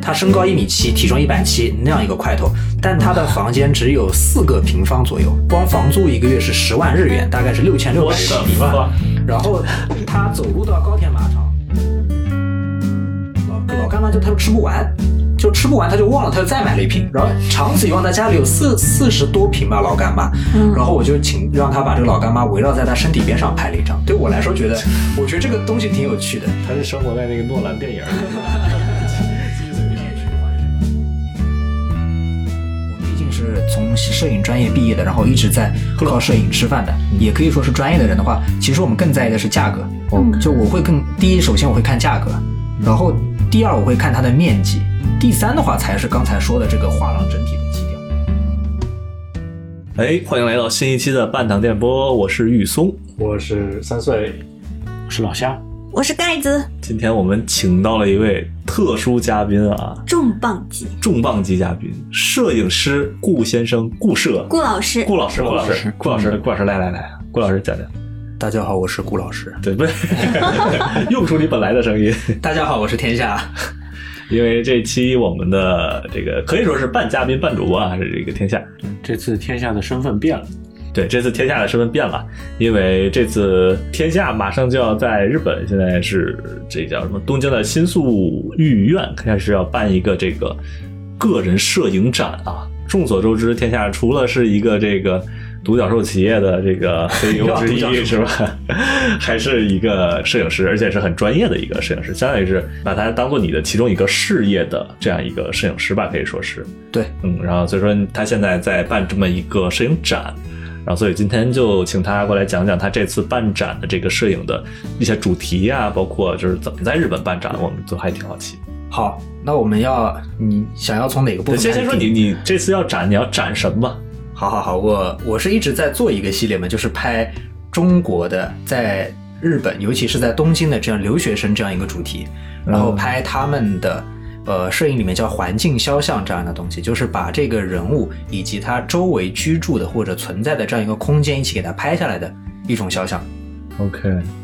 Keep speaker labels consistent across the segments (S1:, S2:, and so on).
S1: 他身高一米七，体重一百七那样一个块头，但他的房间只有四个平方左右，光房租一个月是十万日元，大概是六千六
S2: 我
S1: 百
S2: 的
S1: 人民币。
S2: 妈！
S1: 然后他走路到高田马场，老老干妈就他又吃不完，就吃不完他就忘了，他就再买了一瓶。然后长此以往，他家里有四四十多瓶吧老干妈。
S3: 嗯
S1: 然后我就请让他把这个老干妈围绕在他身体边上拍了一张。对我来说，觉得 我觉得这个东西挺有趣的。
S2: 他是生活在那个诺兰电影里。
S1: 我毕竟是从摄影专业毕业的，然后一直在靠摄影吃饭的，也可以说是专业的人的话，其实我们更在意的是价格。
S2: 哦
S1: 就我会更第一，首先我会看价格，然后第二我会看它的面积，第三的话才是刚才说的这个画廊整体的基调。
S2: 哎，欢迎来到新一期的半糖电波，呃我是玉松。
S4: 我是三岁，
S5: 我是老虾，
S3: 我是盖子，
S2: 今天我们请到了一位特殊嘉宾啊，
S3: 重磅级
S2: 重磅级嘉宾，摄影师顾先生顾摄
S3: 顾老师，
S2: 顾老师，顾老师，顾老师，顾老师，来来来，顾老师讲讲。
S1: 大家好，我是顾老师。
S2: 对，不是 用出你本来的声音，
S1: 大家好，我是天下。
S2: 因为这期我们的这个可以说是半嘉宾半主播啊，是这个天下。
S5: 这次天下的身份变了，
S2: 对，这次天下的身份变了，因为这次天下马上就要在日本，现在是这叫什么东京的新宿御苑开始要办一个这个个人摄影展啊。众所周知，天下除了是一个这个独角兽企业的 这个 CEO 之
S1: 独角
S2: 一
S1: 兽
S2: 是吧， 还是一个摄影师，而且是很专业的一个摄影师，相当于是把它当做你的其中一个事业的这样一个摄影师吧，可以说是。
S1: 对，
S2: 嗯，然后所以说他现在在办这么一个摄影展，然后所以今天就请他过来讲讲他这次办展的这个摄影的一些主题呀、包括就是怎么在日本办展，我们都还挺好奇。
S1: 好，那我们要你想要从哪个部分？
S2: 先先说你，。你这次要展，你要展什么？
S1: 好好好，我我是一直在做一个系列嘛，就是拍中国的在日本，尤其是在东京的这样留学生这样一个主题，然后拍他们的。呃，摄影里面叫环境肖像这样的东西，就是把这个人物以及他周围居住的或者存在的这样一个空间一起给他拍下来的一种肖像。
S2: ？OK，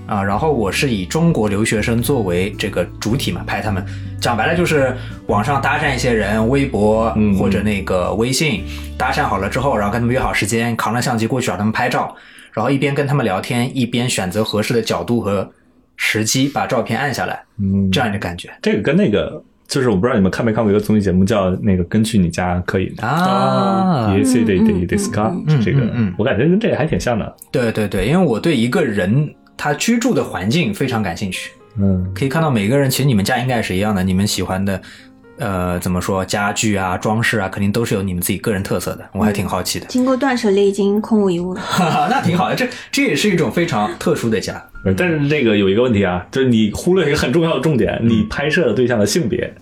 S1: 啊，然后我是以中国留学生作为这个主体嘛，拍他们。讲白了就是网上搭讪一些人，微博
S2: 嗯
S1: 或者那个微信、搭讪好了之后，然后跟他们约好时间，扛着相机过去找他们拍照，然后一边跟他们聊天，一边选择合适的角度和时机把照片按下来，
S2: 嗯，
S1: 这样一个感觉
S2: 这个跟那个就是我不知道你们看没看过一个综艺节目叫那个《跟去你家可以》
S1: 啊。
S2: 也是得
S3: 嗯
S2: 得
S3: 嗯
S2: 得 s c
S3: 嗯
S2: a 这个
S1: 嗯嗯，
S2: 我感觉跟这个还挺像的。
S1: 对对对，因为我对一个人他居住的环境非常感兴趣。
S2: 嗯，
S1: 可以看到每个人，其实你们家应该也是一样的，你们喜欢的，呃，怎么说家具啊、装饰啊，肯定都是有你们自己个人特色的。
S4: 嗯
S1: 我还挺好奇的，
S3: 经过断舍离已经空无一物了。
S1: 哈哈，那挺好的，这这也是一种非常特殊的家。
S2: 但是这个有一个问题啊，就是你忽略一个很重要的重点，你拍摄的对象的性别。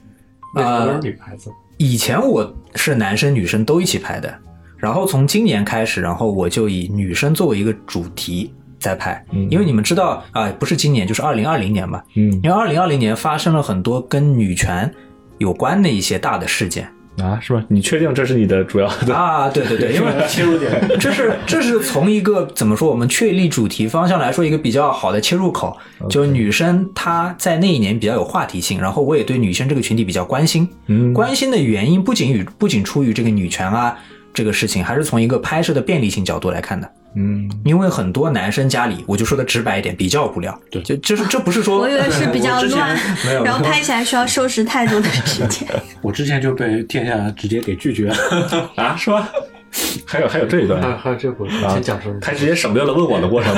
S4: 那时候都是女孩子，
S1: 呃以前我是男生女生都一起拍的，然后从今年开始，然后我就以女生作为一个主题在拍
S2: 嗯，
S1: 因为你们知道啊、不是今年就是二零二零年嘛，
S2: 嗯
S1: 因为二零二零年发生了很多跟女权有关的一些大的事件
S2: 啊，是吧？你确定这是你的主要的？
S1: 啊，对对对，因为
S4: 切入点
S1: 这是这是从一个怎么说，我们确立主题方向来说，一个比较好的切入口。就女生她在那一年比较有话题性，然后我也对女生这个群体比较关心。
S2: 嗯
S1: 关心的原因不仅与不仅出于这个女权啊这个事情，还是从一个拍摄的便利性角度来看的。
S2: 嗯，
S1: 因为很多男生家里，我就说的直白一点，比较无聊。对，就就是这不是说
S3: 我以为是比较
S4: 我之前
S3: 乱
S1: 没，有
S3: 然后拍起来需要收拾太多的 时间。
S5: 我之前就被天下直接给拒绝了。
S2: 啊，是吧？还有还有这一段
S4: 还还有这回事，
S2: 啊
S4: 先讲什么？
S2: 他直接省略了问我的过程，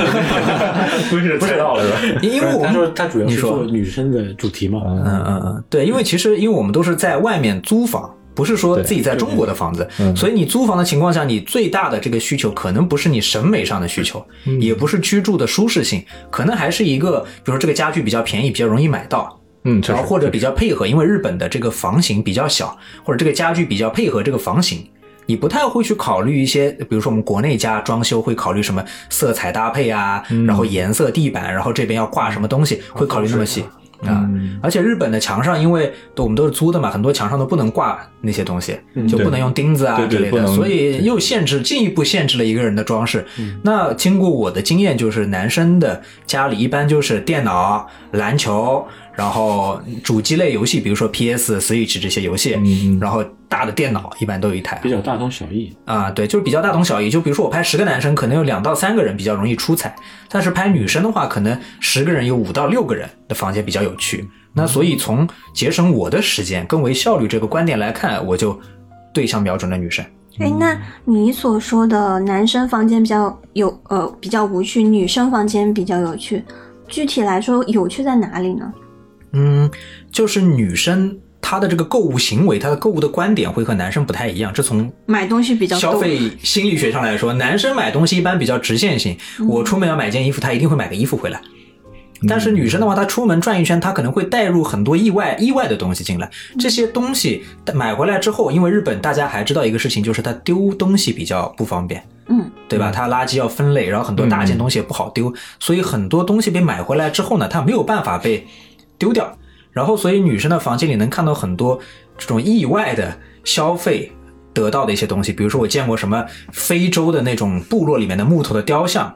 S2: 不是猜到了是吧？
S1: 因为我
S5: 他
S1: 们
S5: 说他主要
S1: 你
S5: 是
S1: 说
S5: 做女生的主题嘛，
S1: 嗯嗯嗯，对，因为其实因为我们都是在外面租房，不是说
S2: 对
S1: 自己在中国的房子
S2: 嗯，
S1: 所以你租房的情况下，你最大的这个需求可能不是你审美上的需求，
S2: 嗯
S1: 也不是居住的舒适性，可能还是一个，比如说这个家具比较便宜，比较容易买到。
S2: 嗯，确
S1: 然
S2: 实
S1: 后或者比较配合，因为日本的这个房型比较小，或者这个家具比较配合这个房型，你不太会去考虑一些，比如说我们国内家装修会考虑什么色彩搭配啊，
S2: 嗯
S1: 然后颜色、地板，然后这边要挂什么东西，会考虑那么细
S2: 嗯
S1: 啊。而且日本的墙上，因为都我们都是租的嘛，很多墙上都不能挂那些东西，就不能用钉子啊
S2: 嗯对对嗯
S1: 之类
S2: 不
S1: 的，
S2: 能
S1: 所以又限制进一步限制了一个人的装饰。那经过我的经验，就是男生的家里一般就是电脑、篮球，然后主机类游戏，比如说 PS、Switch 这些游戏，
S2: 嗯嗯
S1: 然后大的电脑一般都有一台
S5: 比较大同小异。
S1: 啊、对，就是比较大同小异。就比如说我拍十个男生，可能有两到三个人比较容易出彩，但是拍女生的话，可能十个人有五到六个人的房间比较有趣。那所以从节省我的时间、更为效率这个观点来看，我就对象瞄准了女生。
S3: 哎，那你所说的男生房间比较有呃比较无趣，女生房间比较有趣，具体来说有趣在哪里呢？
S1: 嗯，就是女生她的这个购物行为，她的购物的观点会和男生不太一样。这从
S3: 买东嗯西比较
S1: 消
S3: 多，
S1: 费心理学上来说，男生买东西一般比较直线性，
S3: 嗯
S1: 我出门要买件衣服，他一定会买个衣服回来。但是女生的话，她出门转一圈，她可能会带入很多意外意外的东西进来。这些东西买回来之后，因为日本大家还知道一个事情，就是它丢东西比较不方便。
S3: 嗯，
S1: 对吧？它垃圾要分类，然后很多大件东西也不好丢，所以很多东西被买回来之后呢，它没有办法被丢掉。然后，所以女生的房间里能看到很多这种意外的消费得到的一些东西，比如说我见过什么非洲的那种部落里面的木头的雕 像，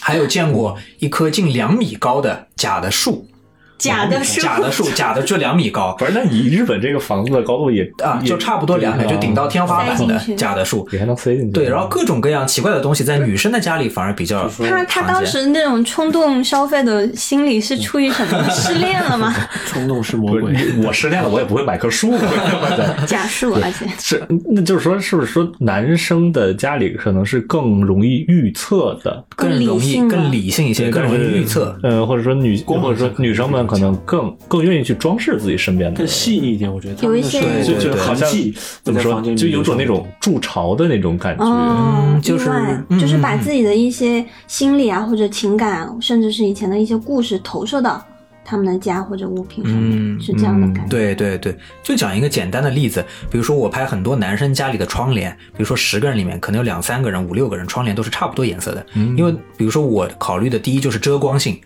S1: 还有见过一棵近两米高的假的树，
S3: 假的书，
S1: 假的树，假的就两米 高，
S2: 啊不是，那你日本这个房子的高度也
S1: 啊，
S2: 也啊
S1: 就差不多两米，就顶到天花
S3: 塞
S1: 板
S3: 进
S1: 的
S3: 去
S1: 假的树。
S2: 也还能塞进去。
S1: 对，然后各种各样奇怪的东西在女生的家里反而比较
S3: 他他
S1: 常
S3: 当
S1: 见
S3: 时那种冲动消费的心理是出于什么？ 失恋了吗？
S5: 冲动是魔
S2: 不
S5: 鬼，
S2: 是你我失恋了，我也不会买棵树。
S3: 假树，而且
S2: 是，那就是说，是不是说男生的家里可能是更容易预测的？
S1: 更容易、
S3: 更理性了
S1: 更理性一些，更容易预测。
S2: 呃，或者说女，
S5: 功能
S2: 或者说
S5: 性
S2: 女生们可能更更愿意去装饰自己身边的
S5: 更，细腻一点，我觉得
S3: 有一些
S1: 对
S2: 就
S1: 对
S2: 就好像怎么说，就有种那种筑巢的那种感觉。
S3: 哦，
S1: 嗯就是
S3: 意外
S1: 嗯
S3: 就是把自己的一些心理啊，或者情感，甚至是以前的一些故事投射到他们的家或者物品上面，
S1: 嗯
S3: 是这样的感觉。
S1: 对对对，就讲一个简单的例子，比如说我拍很多男生家里的窗帘，比如说十个人里面可能有两三个人、五六个人窗帘都是差不多颜色的，因为比如说我考虑的第一就是遮光性，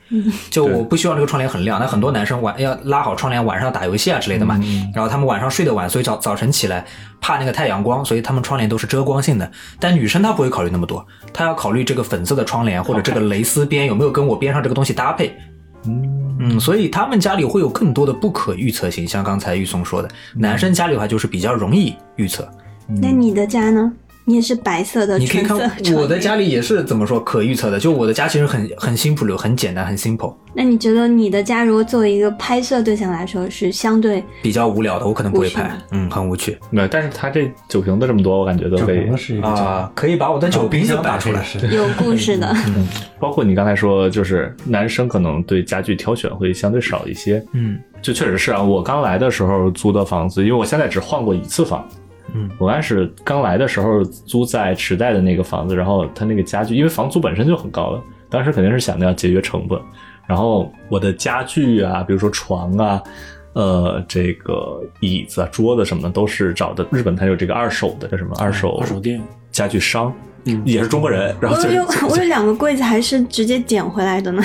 S1: 就我不希望这个窗帘很亮，那很多男生晚要拉好窗帘，晚上要打游戏啊之类的嘛，然后他们晚上睡得晚，所以早早晨起来怕那个太阳光，所以他们窗帘都是遮光性的。但女生她不会考虑那么多，她要考虑这个粉色的窗帘或者这个蕾丝边有没有跟我边上这个东西搭配。嗯，所以他们家里会有更多的不可预测性，像刚才玉松说的，
S3: 嗯
S1: 男生家里的话就是比较容易预测。
S3: 那你的家呢？你也是白色的，
S1: 你可以
S3: 纯
S1: 看
S3: 呃色
S1: 我的
S3: 床
S1: 家里也是怎么说可预测的，就我的家其实很很 simple，很简单，很 simple，
S3: 那你觉得你的家如果作为一个拍摄对象来说是相对
S1: 比较无聊的，我可能不会
S3: 无趣
S1: 拍
S3: 吗，
S1: 嗯，很无趣
S2: 没有，但是他这酒瓶子这么多，我感觉都
S4: 整
S2: 可以
S4: 容的是一个
S1: 啊、可以把我的酒瓶子
S4: 打
S1: 摆出来。
S3: 有故事 的？
S2: 包括你刚才说，就是男生可能对家具挑选会相对少一些。
S1: 嗯，
S2: 就确实是啊，我刚来的时候租的房子，因为我现在只换过一次房。
S1: 嗯，
S2: 我开始刚来的时候租在池袋的那个房子，然后他那个家具，因为房租本身就很高了，当时肯定是想着要节约成本。然后我的家具啊，比如说床啊，呃，这个椅子啊、桌子什么的，都是找的日本，它有这个二手的叫什么二手
S5: 二手店，
S2: 家具商，
S5: 嗯
S2: 也是中国人，然后
S3: 我
S2: 就
S3: 有我有两个柜子还是直接捡回来 的呢。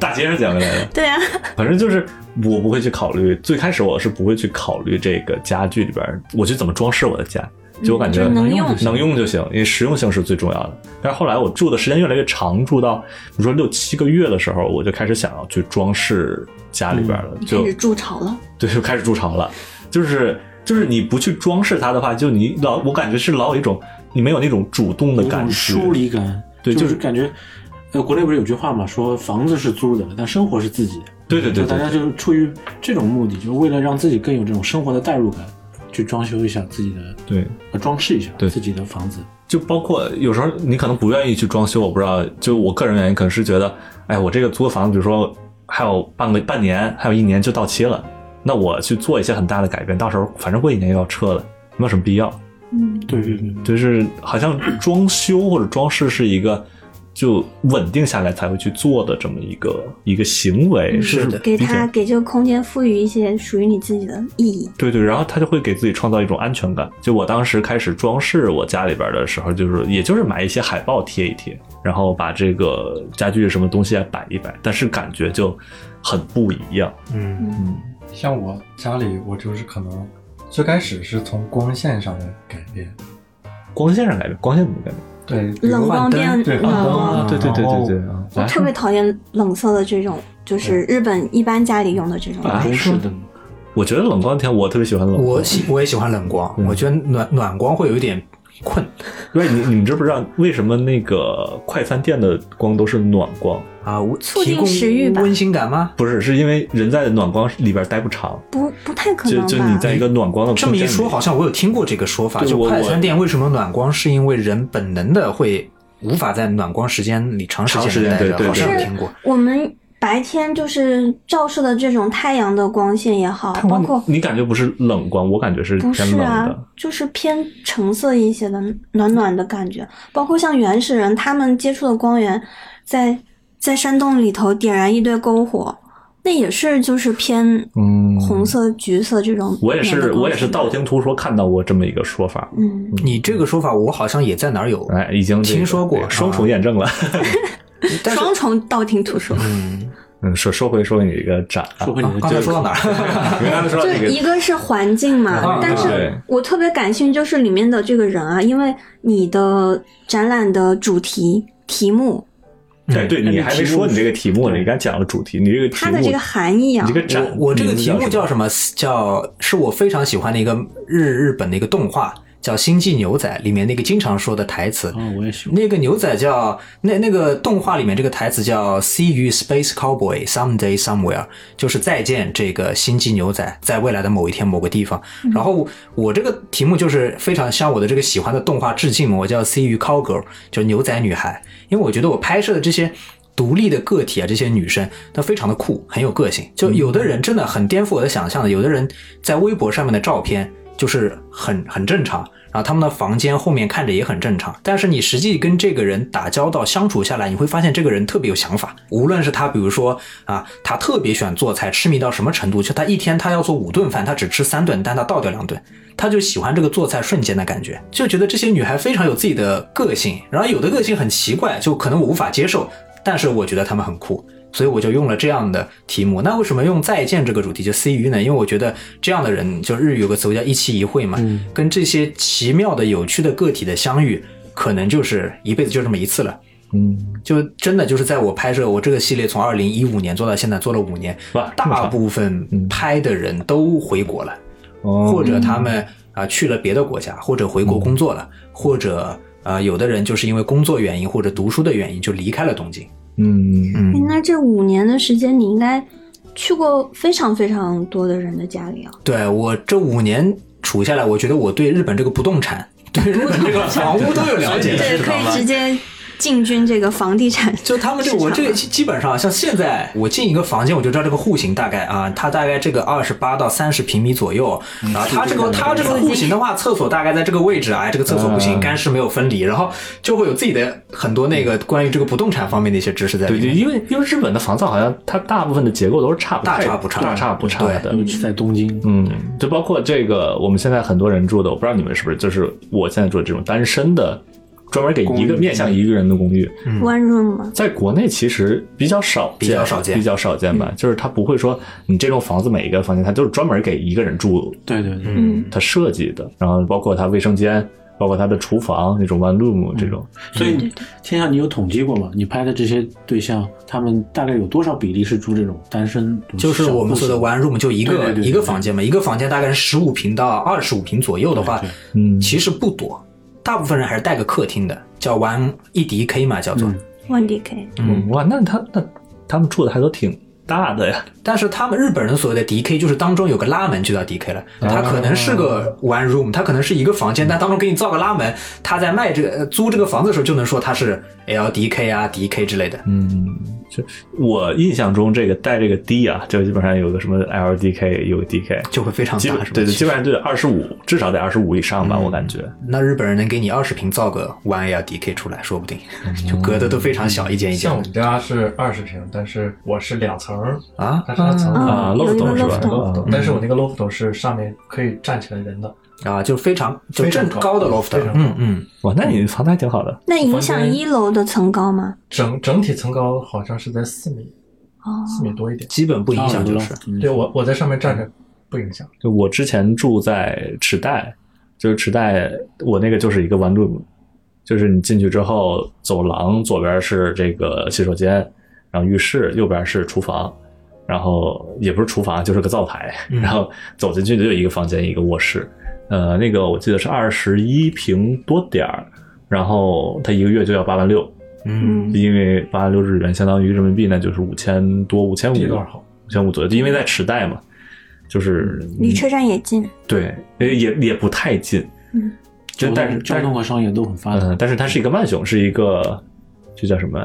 S2: 大街上捡回来的。
S3: 对啊，
S2: 反正就是我不会去考虑，最开始我是不会去考虑这个家具里边儿我去怎么装饰我的家，就我感
S3: 嗯
S2: 觉
S3: 就能用
S2: 能用就行，因为实用性是最重要的。但是后来我住的时间越来越长，住到比如说六七个月的时候，我就开始想要去装饰家里边儿了，就
S3: 嗯开始筑巢了。
S2: 对，就开始筑巢了。就是就是你不去装饰它的话，就你老我感觉是老有一种你没有那种主动的
S5: 有
S2: 感
S5: 种
S2: 觉，
S5: 疏离感，
S2: 对
S5: 就
S2: 就是
S5: 感觉。呃，国内不是有句话嘛，说房子是租的，但生活是自己的。
S2: 对对对
S5: 就大
S2: 对
S5: 家就是出于这种目的，就为了让自己更有这种生活的代入感，去装修一下自己的，
S2: 对。
S5: 呃，装饰一下
S2: 对嗯
S5: 自己的房子。
S2: 就包括有时候你可能不愿意去装修，我不知道。就我个人原因，可能是觉得，哎，我这个租的房子，比如说还有半个半年，还有一年就到期了，那我去做一些很大的改变，到时候反正过一年又要撤了，没有什么必要。
S3: 嗯，
S5: 对对对，
S2: 就是好像装修或者装饰是一个就稳定下来才会去做的这么一个一个行为，
S1: 嗯是
S2: 就是
S1: 的
S3: 给
S2: 你
S3: 它
S2: 想
S3: 给这个空间赋予一些属于你自己的意义。
S2: 对对，然后他就会给自己创造一种安全感。就我当时开始装饰我家里边的时候，就是也就是买一些海报贴一贴，然后把这个家具什么东西啊摆一摆，但是感觉就很不一样。
S4: 嗯，
S3: 嗯，
S4: 像我家里，我就是可能最开始是从光线上的改变，
S2: 光线上改变，光线怎么改变？
S4: 对，
S3: 冷
S1: 换
S3: 光
S1: 灯
S3: 变
S4: 对
S3: 冷
S4: 换灯
S3: 光，
S4: 啊
S2: 对对对对对，
S1: 哦
S4: 然后
S2: 啊
S3: 我
S2: 啊
S3: 特别讨厌冷色的这种就是
S2: 哎
S3: 日本一般家里用的这种
S2: 啊
S5: 办
S3: 白
S5: 公
S3: 色
S5: 室。的吗
S2: 我觉得冷光天，我特别喜欢冷
S1: 嗯
S2: 光。
S1: 我喜我也喜欢冷光，我觉得暖暖光会有一点困。
S2: 对，你你们知不知道为什么那个快餐店的光都是暖光？
S1: 啊，我
S3: 促
S1: 提
S3: 进
S1: 供
S3: 食欲吧
S1: 温馨感吗？
S2: 不是，是因为人在暖光里边待不长，
S3: 不不太可
S2: 就
S3: 能
S2: 就你
S3: 吧？
S2: 在一个暖光的空
S1: 这
S2: 间
S1: 么
S2: 里
S1: 一说，好像我有听过这个说法，
S2: 对
S1: 就
S2: 我
S1: 快餐店为什么暖光，是因为人本能的会无法在暖光时间里长时
S2: 长时间
S1: 间地待着，
S2: 对对
S1: 好像有
S2: 对
S1: 听过。
S3: 我们白天就是照射的这种太阳的光线也好，包括
S2: 你感觉不是冷光，我感觉是
S3: 不
S2: 偏
S3: 是
S2: 冷
S3: 啊
S2: 的。，
S3: 就是偏橙色一些的暖暖的感觉。包括像原始人，他们接触的光源在，在山洞里头点燃一堆篝火，那也是就是偏
S2: 嗯
S3: 红色、橘色这种。
S2: 我也是，我也是道。听途说看到过这么一个说法，
S3: 嗯，
S1: 你这个说法，我好像也在哪儿有，
S2: 哎，已经这个
S1: 听说过啊
S2: 对双重验证了。
S1: 但是
S3: 双重道听途说，
S1: 嗯，
S2: 嗯，说说回说回你这个展啊
S5: 说，回你的
S1: 刚
S5: 教
S1: 才
S5: 育
S1: 说到哪儿？
S2: 你刚才说
S3: 就
S2: 到那
S3: 一
S2: 个，啊
S3: 个是环境嘛
S1: 嗯，
S3: 但
S2: 对
S3: 是我特别感兴趣就是里面的这个人啊，因为你的展览的主题题目，
S2: 哎，对你还没说你这个题目呢，你刚讲了主题，你这个题
S3: 它
S2: 目，
S3: 的这个含义啊
S2: 你这，个展，
S1: 我我这个题目
S2: 名字
S1: 叫
S2: 什
S1: 什么？叫是我非常喜欢的一个日日本的一个动画，叫《星际牛仔》里面那个经常说的台词。
S5: 啊，我也喜欢。
S1: 那个牛仔叫那那个动画里面这个台词叫 “See you, space cowboy, someday somewhere”，就是再见这个星际牛仔，在未来的某一天某个地方。然后我这个题目就是非常向我的这个喜欢的动画致敬嘛，我叫 “See you, cowgirl”，就是牛仔女孩，因为我觉得我拍摄的这些。独立的个体啊，这些女生，她非常的酷，很有个性。就有的人真的很颠覆我的想象的，有的人在微博上面的照片就是很很正常，然后啊他们的房间后面看着也很正常。但是你实际跟这个人打交道相处下来，你会发现这个人特别有想法。无论是他，比如说啊，他特别喜欢做菜，痴迷到什么程度？就他一天他要做五顿饭，他只吃三顿，但他倒掉两顿。他就喜欢这个做菜瞬间的感觉，就觉得这些女孩非常有自己的个性，然后有的个性很奇怪，就可能我无法接受，但是我觉得她们很酷，所以我就用了这样的题目。那为什么用再见这个主题就 see you 呢？因为我觉得这样的人，就日语有个词叫一期一会嘛，跟这些奇妙的、有趣的个体的相遇，可能就是一辈子就这么一次了。
S2: 嗯，
S1: 就真的就是在我拍摄我这个系列从二零一五年做到现在做了五年，
S2: 哇这么
S1: 大
S2: 长
S1: 部分
S2: 嗯
S1: 拍的人都回国了。
S2: 么
S1: 或者他们啊、去了别的国家，或者回国工作了，或者呃有的人就是因为工作原因或者读书的原因就离开了东京。
S2: 嗯嗯
S3: 诶那这五年的时间，你应该去过非常非常多的人的家里啊。
S1: 对我这五年处下来，我觉得我对日本这个不动 产、对日本这个房屋都有了解了。
S3: 对，
S2: 是
S3: 可以直接进军这个房地产。
S1: 就他们这我这个基基本上像现在我进一个房间，我就知道这个户型大概啊，它大概这个二十八到三十平米左右。
S5: 嗯
S1: 然后它这个它这个户型的话，厕所大概在这个位置，哎，这个厕所不行，
S2: 嗯
S1: 干湿没有分离，然后就会有自己的很多那个关于这个不动产方面的一些知识在
S2: 对
S1: 里
S2: 对，
S1: 面。
S2: 因为因为日本的房子好像它大部分的结构都是差不
S1: 大
S2: 太
S1: 差不差
S2: 大差不差的。
S5: 尤其呃在东京，
S2: 嗯，就包括这个我们现在很多人住的，我不知道你们是不是，就是我现在住的这种单身的，专门给一个面向一个人的公寓，
S3: One room 嘛，
S2: 在国内其实比较少
S1: 嗯
S2: 见，
S1: 比较少见嗯
S2: 比较少见吧。就是它不会说你这种房子每一个房间，它就是专门给一个人住，
S5: 对对对，
S1: 嗯，
S2: 它设计的，然后包括它卫生间，包括它的厨房那种 one room 这种，
S5: 所以天下你有统计过吗？你拍的这些对象，他们大概有多少比例是住这种单身？
S1: 就是我们说的 one room 就一个
S5: 对对对对
S1: 一个房间嘛，一个房间大概是十五平到二十五平左右的话
S5: 对，
S2: 嗯
S1: 其实不多，大部分人还是带个客厅的，叫 one 一 d k 嘛，叫做。
S5: 嗯
S3: one DK，
S2: 嗯，哇，那他那他们住的还都挺大的呀，
S1: 但是他们日本人所谓的 DK，就是当中有个拉门就叫 DK 了。
S4: 哦
S1: 它可能是个 one room，它可能是一个房间，但当中给你造个拉门，他在卖这个呃租这个房子的时候就能说它是 LDK 啊、DK 之类的。
S2: 嗯，就我印象中这个带这个 D 啊，就基本上有个什么 LDK，有个 DK，
S1: 就会非常
S2: 基
S1: 啊大嗯
S2: 本，
S1: 是吧？
S2: 对对，基本上就是二十五，至少得二十五以上吧，我感觉。
S1: 那日本人能给你二十平造个 one LDK 出来，说不定就隔的都非常小，一间一间
S4: 嗯像我
S1: 的
S4: 们家是二十平，但是我是两层儿，
S1: 啊。
S4: 但是它层
S3: 嗯
S4: 楼
S2: 啊
S3: 有一个
S2: loft 是吧
S3: loft，
S2: 嗯
S4: 但是我那个 loft 是上面可以站起来人的，
S1: 啊，就非常就
S4: 非
S1: 正
S4: 常高
S1: 高的 loft，
S4: 非常高
S1: 嗯嗯，
S2: 哇，那你房子还挺好的，
S3: 那影响一楼的层高吗？
S4: 整整体层高好像是在四米，
S3: 哦，
S4: 四
S2: 嗯
S4: 米多一点。
S1: 基本
S5: 啊
S1: 不影响就是。
S5: 嗯
S4: 对我我在上面站着不影响，
S2: 就我之前住在池袋，就是池袋，我那个就是一个 one room，就是你进去之后，走廊左边是这个洗手间，然然后浴室右边是厨房，然后也不是厨房，就是个灶台，
S1: 嗯
S2: 然后走进去就有一个房间，一个卧室，呃，那个我记得是二十一平多点儿，然后他一个月就要八万六，
S1: 嗯
S3: 嗯，
S2: 因为八万六日元相当于人民币呢，就是五千多、五千五、
S4: 这段好
S2: 五千五左右，因为在池袋嘛，就是
S1: 嗯
S3: 离车站也近，
S2: 对，呃也也不太近，
S3: 嗯，
S2: 就但是
S5: 交
S2: 但是
S5: 通和商业都很发达。
S2: 嗯，但是它是一个慢熊，是一个这叫什么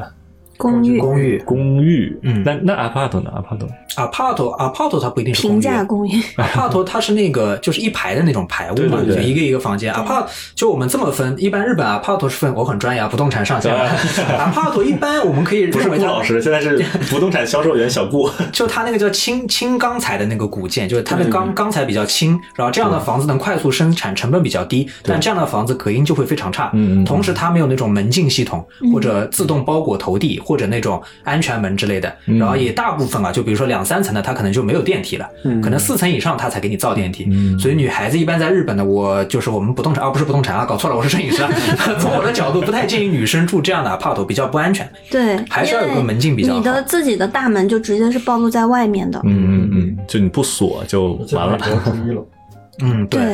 S3: 公寓、
S1: 公寓
S2: 公寓？
S1: 嗯
S2: 那那 apart 呢？apart
S1: apart apart 它不一定是公
S3: 平
S1: 寓
S3: 价公寓，
S1: apart 它是那个就是一排的那种排屋嘛，
S2: 对对对
S1: 就一个一个房间。apart 就我们这么分，一般日本 apart 是分，我很专业啊，不动产上下。apart 一般我们可以
S2: 不
S1: 认
S2: 是
S1: 为
S2: 顾老
S1: 它
S2: 师，现在是 不动产销售员 小顾。
S1: 就它那个叫轻轻钢材的那个骨件，就是它的钢钢材比较轻，然后这样的房子能快速生产，成本比较低，但这样的房子隔音就会非常差。
S2: 嗯嗯嗯
S1: 同时它没有那种门禁系统，
S3: 嗯
S1: 或者自动包裹投递，或者那种安全门之类的。
S2: 嗯
S1: 然后也大部分啊，就比如说两三层的，它可能就没有电梯了，可
S5: 嗯
S1: 能四层以上它才给你造电梯。
S2: 嗯
S1: 所以女孩子一般在日本呢，我就是我们不动产啊，不是不动产啊，搞错了，我是摄影师啊。 从我的角度，不太建议女生住这样的 apart，比较不安全。
S3: 对，
S1: 还是要有个
S3: 因为
S1: 门禁比较好
S3: 你的自己的大门就直接是暴露在外面的，
S2: 嗯嗯嗯，就你不锁就完了。
S4: 注意了，
S1: 嗯，对。
S3: 对，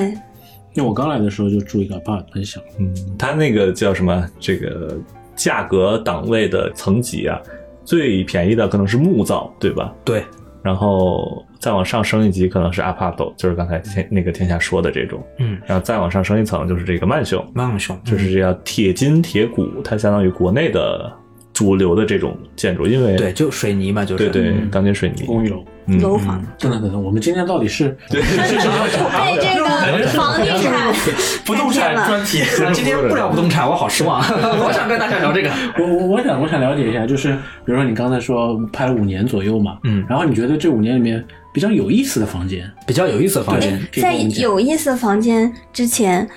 S5: 因为我刚来的时候就住一个 apart，很小，
S2: 嗯，它那个叫什么？这个价格档位的层级啊，最便宜的可能是木造，对吧？
S1: 对。
S2: 然后再往上升一级，可能是 apart，就是刚才天那个天下说的这种。
S1: 嗯，
S2: 然后再往上升一层，就是这个曼秀。
S1: 曼熊
S2: 就是这叫铁筋铁骨，它相当于国内的主流的这种建筑，因为
S1: 对，就水泥嘛，就是
S2: 对对
S1: 嗯
S2: 钢筋水泥，
S5: 公寓楼。
S2: 嗯
S3: 楼房。
S5: 等等等等，我们今天到 底是
S2: 对，
S3: 被这个房地产
S4: 不动产专 题，
S1: 啊今天不聊不动产，我好失望，我想跟大家聊这个。
S5: 我我我想我想了解一下，就是比如说你刚才说拍了五年左右嘛，
S1: 嗯
S5: 然后你觉得这五年里面比较有意思的房间，
S1: 比较有意思的房间，
S5: 这个
S3: 在
S5: 我们讲
S3: 有意思的房间之前，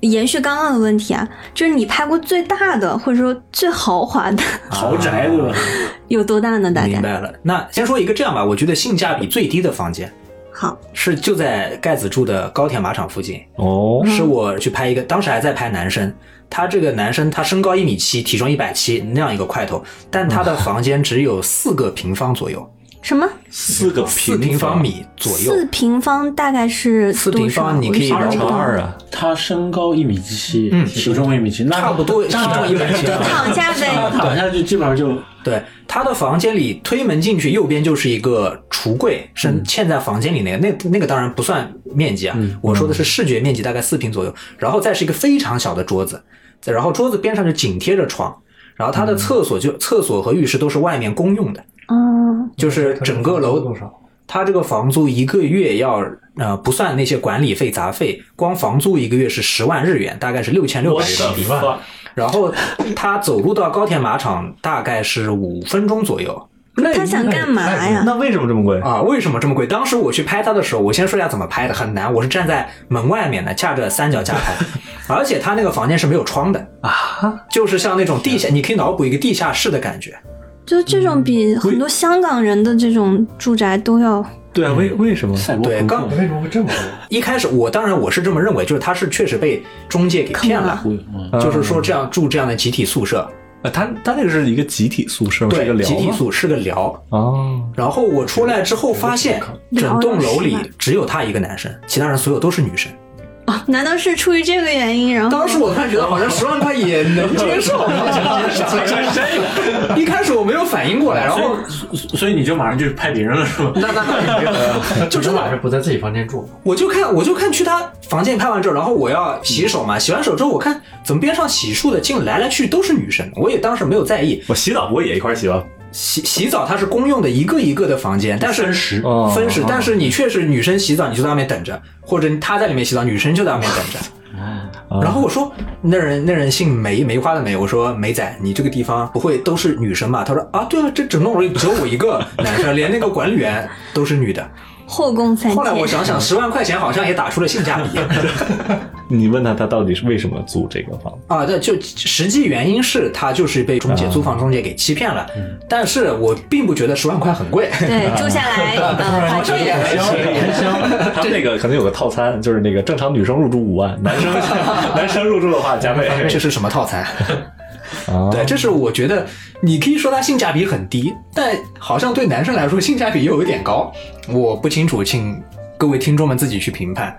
S3: 延续刚刚的问题啊，就是你拍过最大的或者说最豪华的
S5: 豪宅对吧？
S1: 嗯
S3: 有多大呢？大
S1: 明
S3: 概
S1: 白了。那先说一个这样吧，我觉得性价比最低的房间
S3: 好，
S1: 是就在盖子住的高铁马场附近，
S2: 哦，
S1: 是
S3: 嗯
S1: 我去拍一个，当时还在拍男生，他这个男生他身高一米七，体重一百七那样一个块头，但他
S3: 嗯
S1: 的房间只有四个平方左右，
S3: 什么
S2: 四个
S1: 四平方，米左右，
S3: 四平方大概是
S1: 四平方
S3: 多少
S1: 你可以
S3: 我是
S2: 二乘
S3: 不知道
S2: 二啊，
S5: 他身高一米七，
S1: 嗯
S5: 体重一米七，那
S1: 差不多体重一百七。
S3: 躺下呗，
S5: 躺下去基本上就
S1: 对，他的房间里推门进去，右边就是一个橱柜，是嵌在房间里那个，那那个当然不算面积啊，我说的是视觉面积，大概四平左右，然后再是一个非常小的桌子，再然后桌子边上就紧贴着床，然后他的厕所就、厕所和浴室都是外面公用的，
S3: 嗯，
S1: 就是整个楼
S4: 多，少？
S1: 他这个房租一个月要呃不算那些管理费杂费，光房租一个月是十万日元，大概是六千六
S2: 我
S1: 百人民币。
S2: 的妈！
S1: 然后他走路到高铁马场大概是五分钟左右。那
S3: 他想干嘛呀？
S2: 那为什么这么贵？
S1: 啊，为什么这么贵？当时我去拍它的时候，我先说一下怎么拍的，很难。我是站在门外面的，架着三脚架拍， 而且它那个房间是没有窗的啊，就是像那种地下，你可以脑补一个地下室的感觉。
S3: 就是这种比很多香港人的这种住宅都要
S1: 嗯
S2: 对啊，为为什么？
S5: 赛博朋
S1: 对
S5: 克
S1: 刚
S4: 为什么会这么多？
S1: 一开始我当然我是这么认为，就是它是确实被中介给骗了，
S5: 忽悠嗯
S1: 就是说这样住这样的集体宿舍，
S2: 啊，他他那个是一个集体宿舍吗，嗯是一个
S1: 对，
S2: 寮
S1: 集体
S2: 吗
S1: 宿是个寮。
S2: 哦，
S1: 然后我出来之后发现，整栋楼里
S3: 聊了是吧
S1: 只有他一个男生，其他人所有都是女生。
S3: 哦，难道是出于这个原因？然后
S1: 当时我突然觉得好像十万块也能接受， 一开始我没有反应过来，然后
S5: 所以所以你就马上就拍别人了是吧？
S1: 那那那没有，就真
S4: 晚
S1: 的
S4: 上不在自己房间住，
S1: 我就看我就看去他房间拍完之后，然后我要洗手嘛，洗完手之后我看怎么边上洗漱的进来来去都是女生，我也当时没有在意，
S2: 我洗澡不会也一块儿洗吧？
S1: 洗洗澡它是公用的一个一个的房间，但是
S5: 分时
S2: 哦
S1: 分时，但是你确实女生洗澡你就在外面等着，或者她在里面洗澡，女生就在外面等着。
S2: 哦
S1: 然后我说，那人那人姓梅，梅花的梅。我说梅仔，你这个地方不会都是女生吧？他说啊，对啊，这整栋楼里只有我一个男生，连那个管理员都是女的。
S3: 后宫三
S1: 后来我
S3: 千，
S1: 想想，十万块钱好像也打出了性价比
S2: 你问他，他到底是为什么租这个房子？
S1: 啊。对，就实际原因是他就是被中介
S2: 嗯
S1: 租房中介给欺骗了，但是我并不觉得十万块很贵。
S3: 对，住下来，呃，
S1: 好
S3: 怀
S1: 像
S3: 孕
S1: 也还行， 还行。
S2: 他们那个可能有个套餐，就是啊 那个正常女生入住五万，男生男生入住的话加倍。
S1: 这是什么套餐？
S2: 啊
S1: 对，这是我觉得你可以说它性价比很低，但好像对男生来说性价比又有一点高，我不清楚，请各位听众们自己去评判。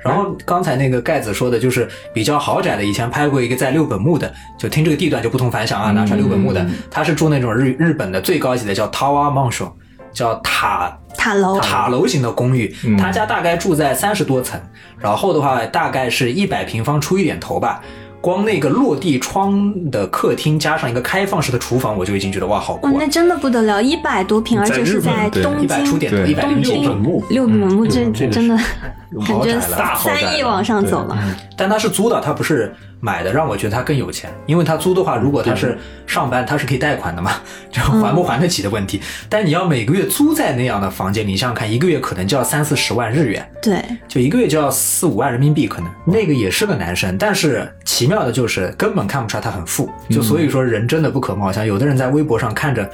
S1: 然后刚才那个盖子说的就是比较豪宅的，以前拍过一个在六本木的，就听这个地段就不同凡响啊，拿出来六本木的，他是住那种日日本的最高级的叫 Tower Mansion，叫塔
S3: 塔楼，
S1: 塔楼型的公寓，他家大概住在三十多层，然后的话大概是一百平方出一点头吧。光那个落地窗的客厅加上一个开放式的厨房，我就已经觉得哇，好
S3: 哇，
S1: 酷、啊
S3: 那！真的不得了，一百多平，而
S2: 在
S3: 且是
S2: 日本
S3: 在
S2: 对
S3: 东
S1: 一
S3: 京
S1: 百出点头，
S2: 对
S1: 一百零
S3: 东
S1: 六
S3: 京
S1: 本木，嗯
S3: 六本木，这
S5: 这个
S3: 真的 感
S1: 豪宅
S3: 觉
S1: 了
S2: 大豪宅了
S3: 三亿往上走了。
S1: 但他是租的，他不是买的，让我觉得他更有钱。因为他租的话，如果他是上班，他是可以贷款的嘛， 就还不还得起的问题。
S3: 嗯
S1: 但你要每个月租在那样的房间，你想想看，一个月可能就要三四十万日元，
S3: 对，
S1: 就一个月就要四五万人民币，可能那个也是个男生，但是奇妙的就是根本看不出来他很富，就所以说人真的不可貌相。有的人在微博上看着，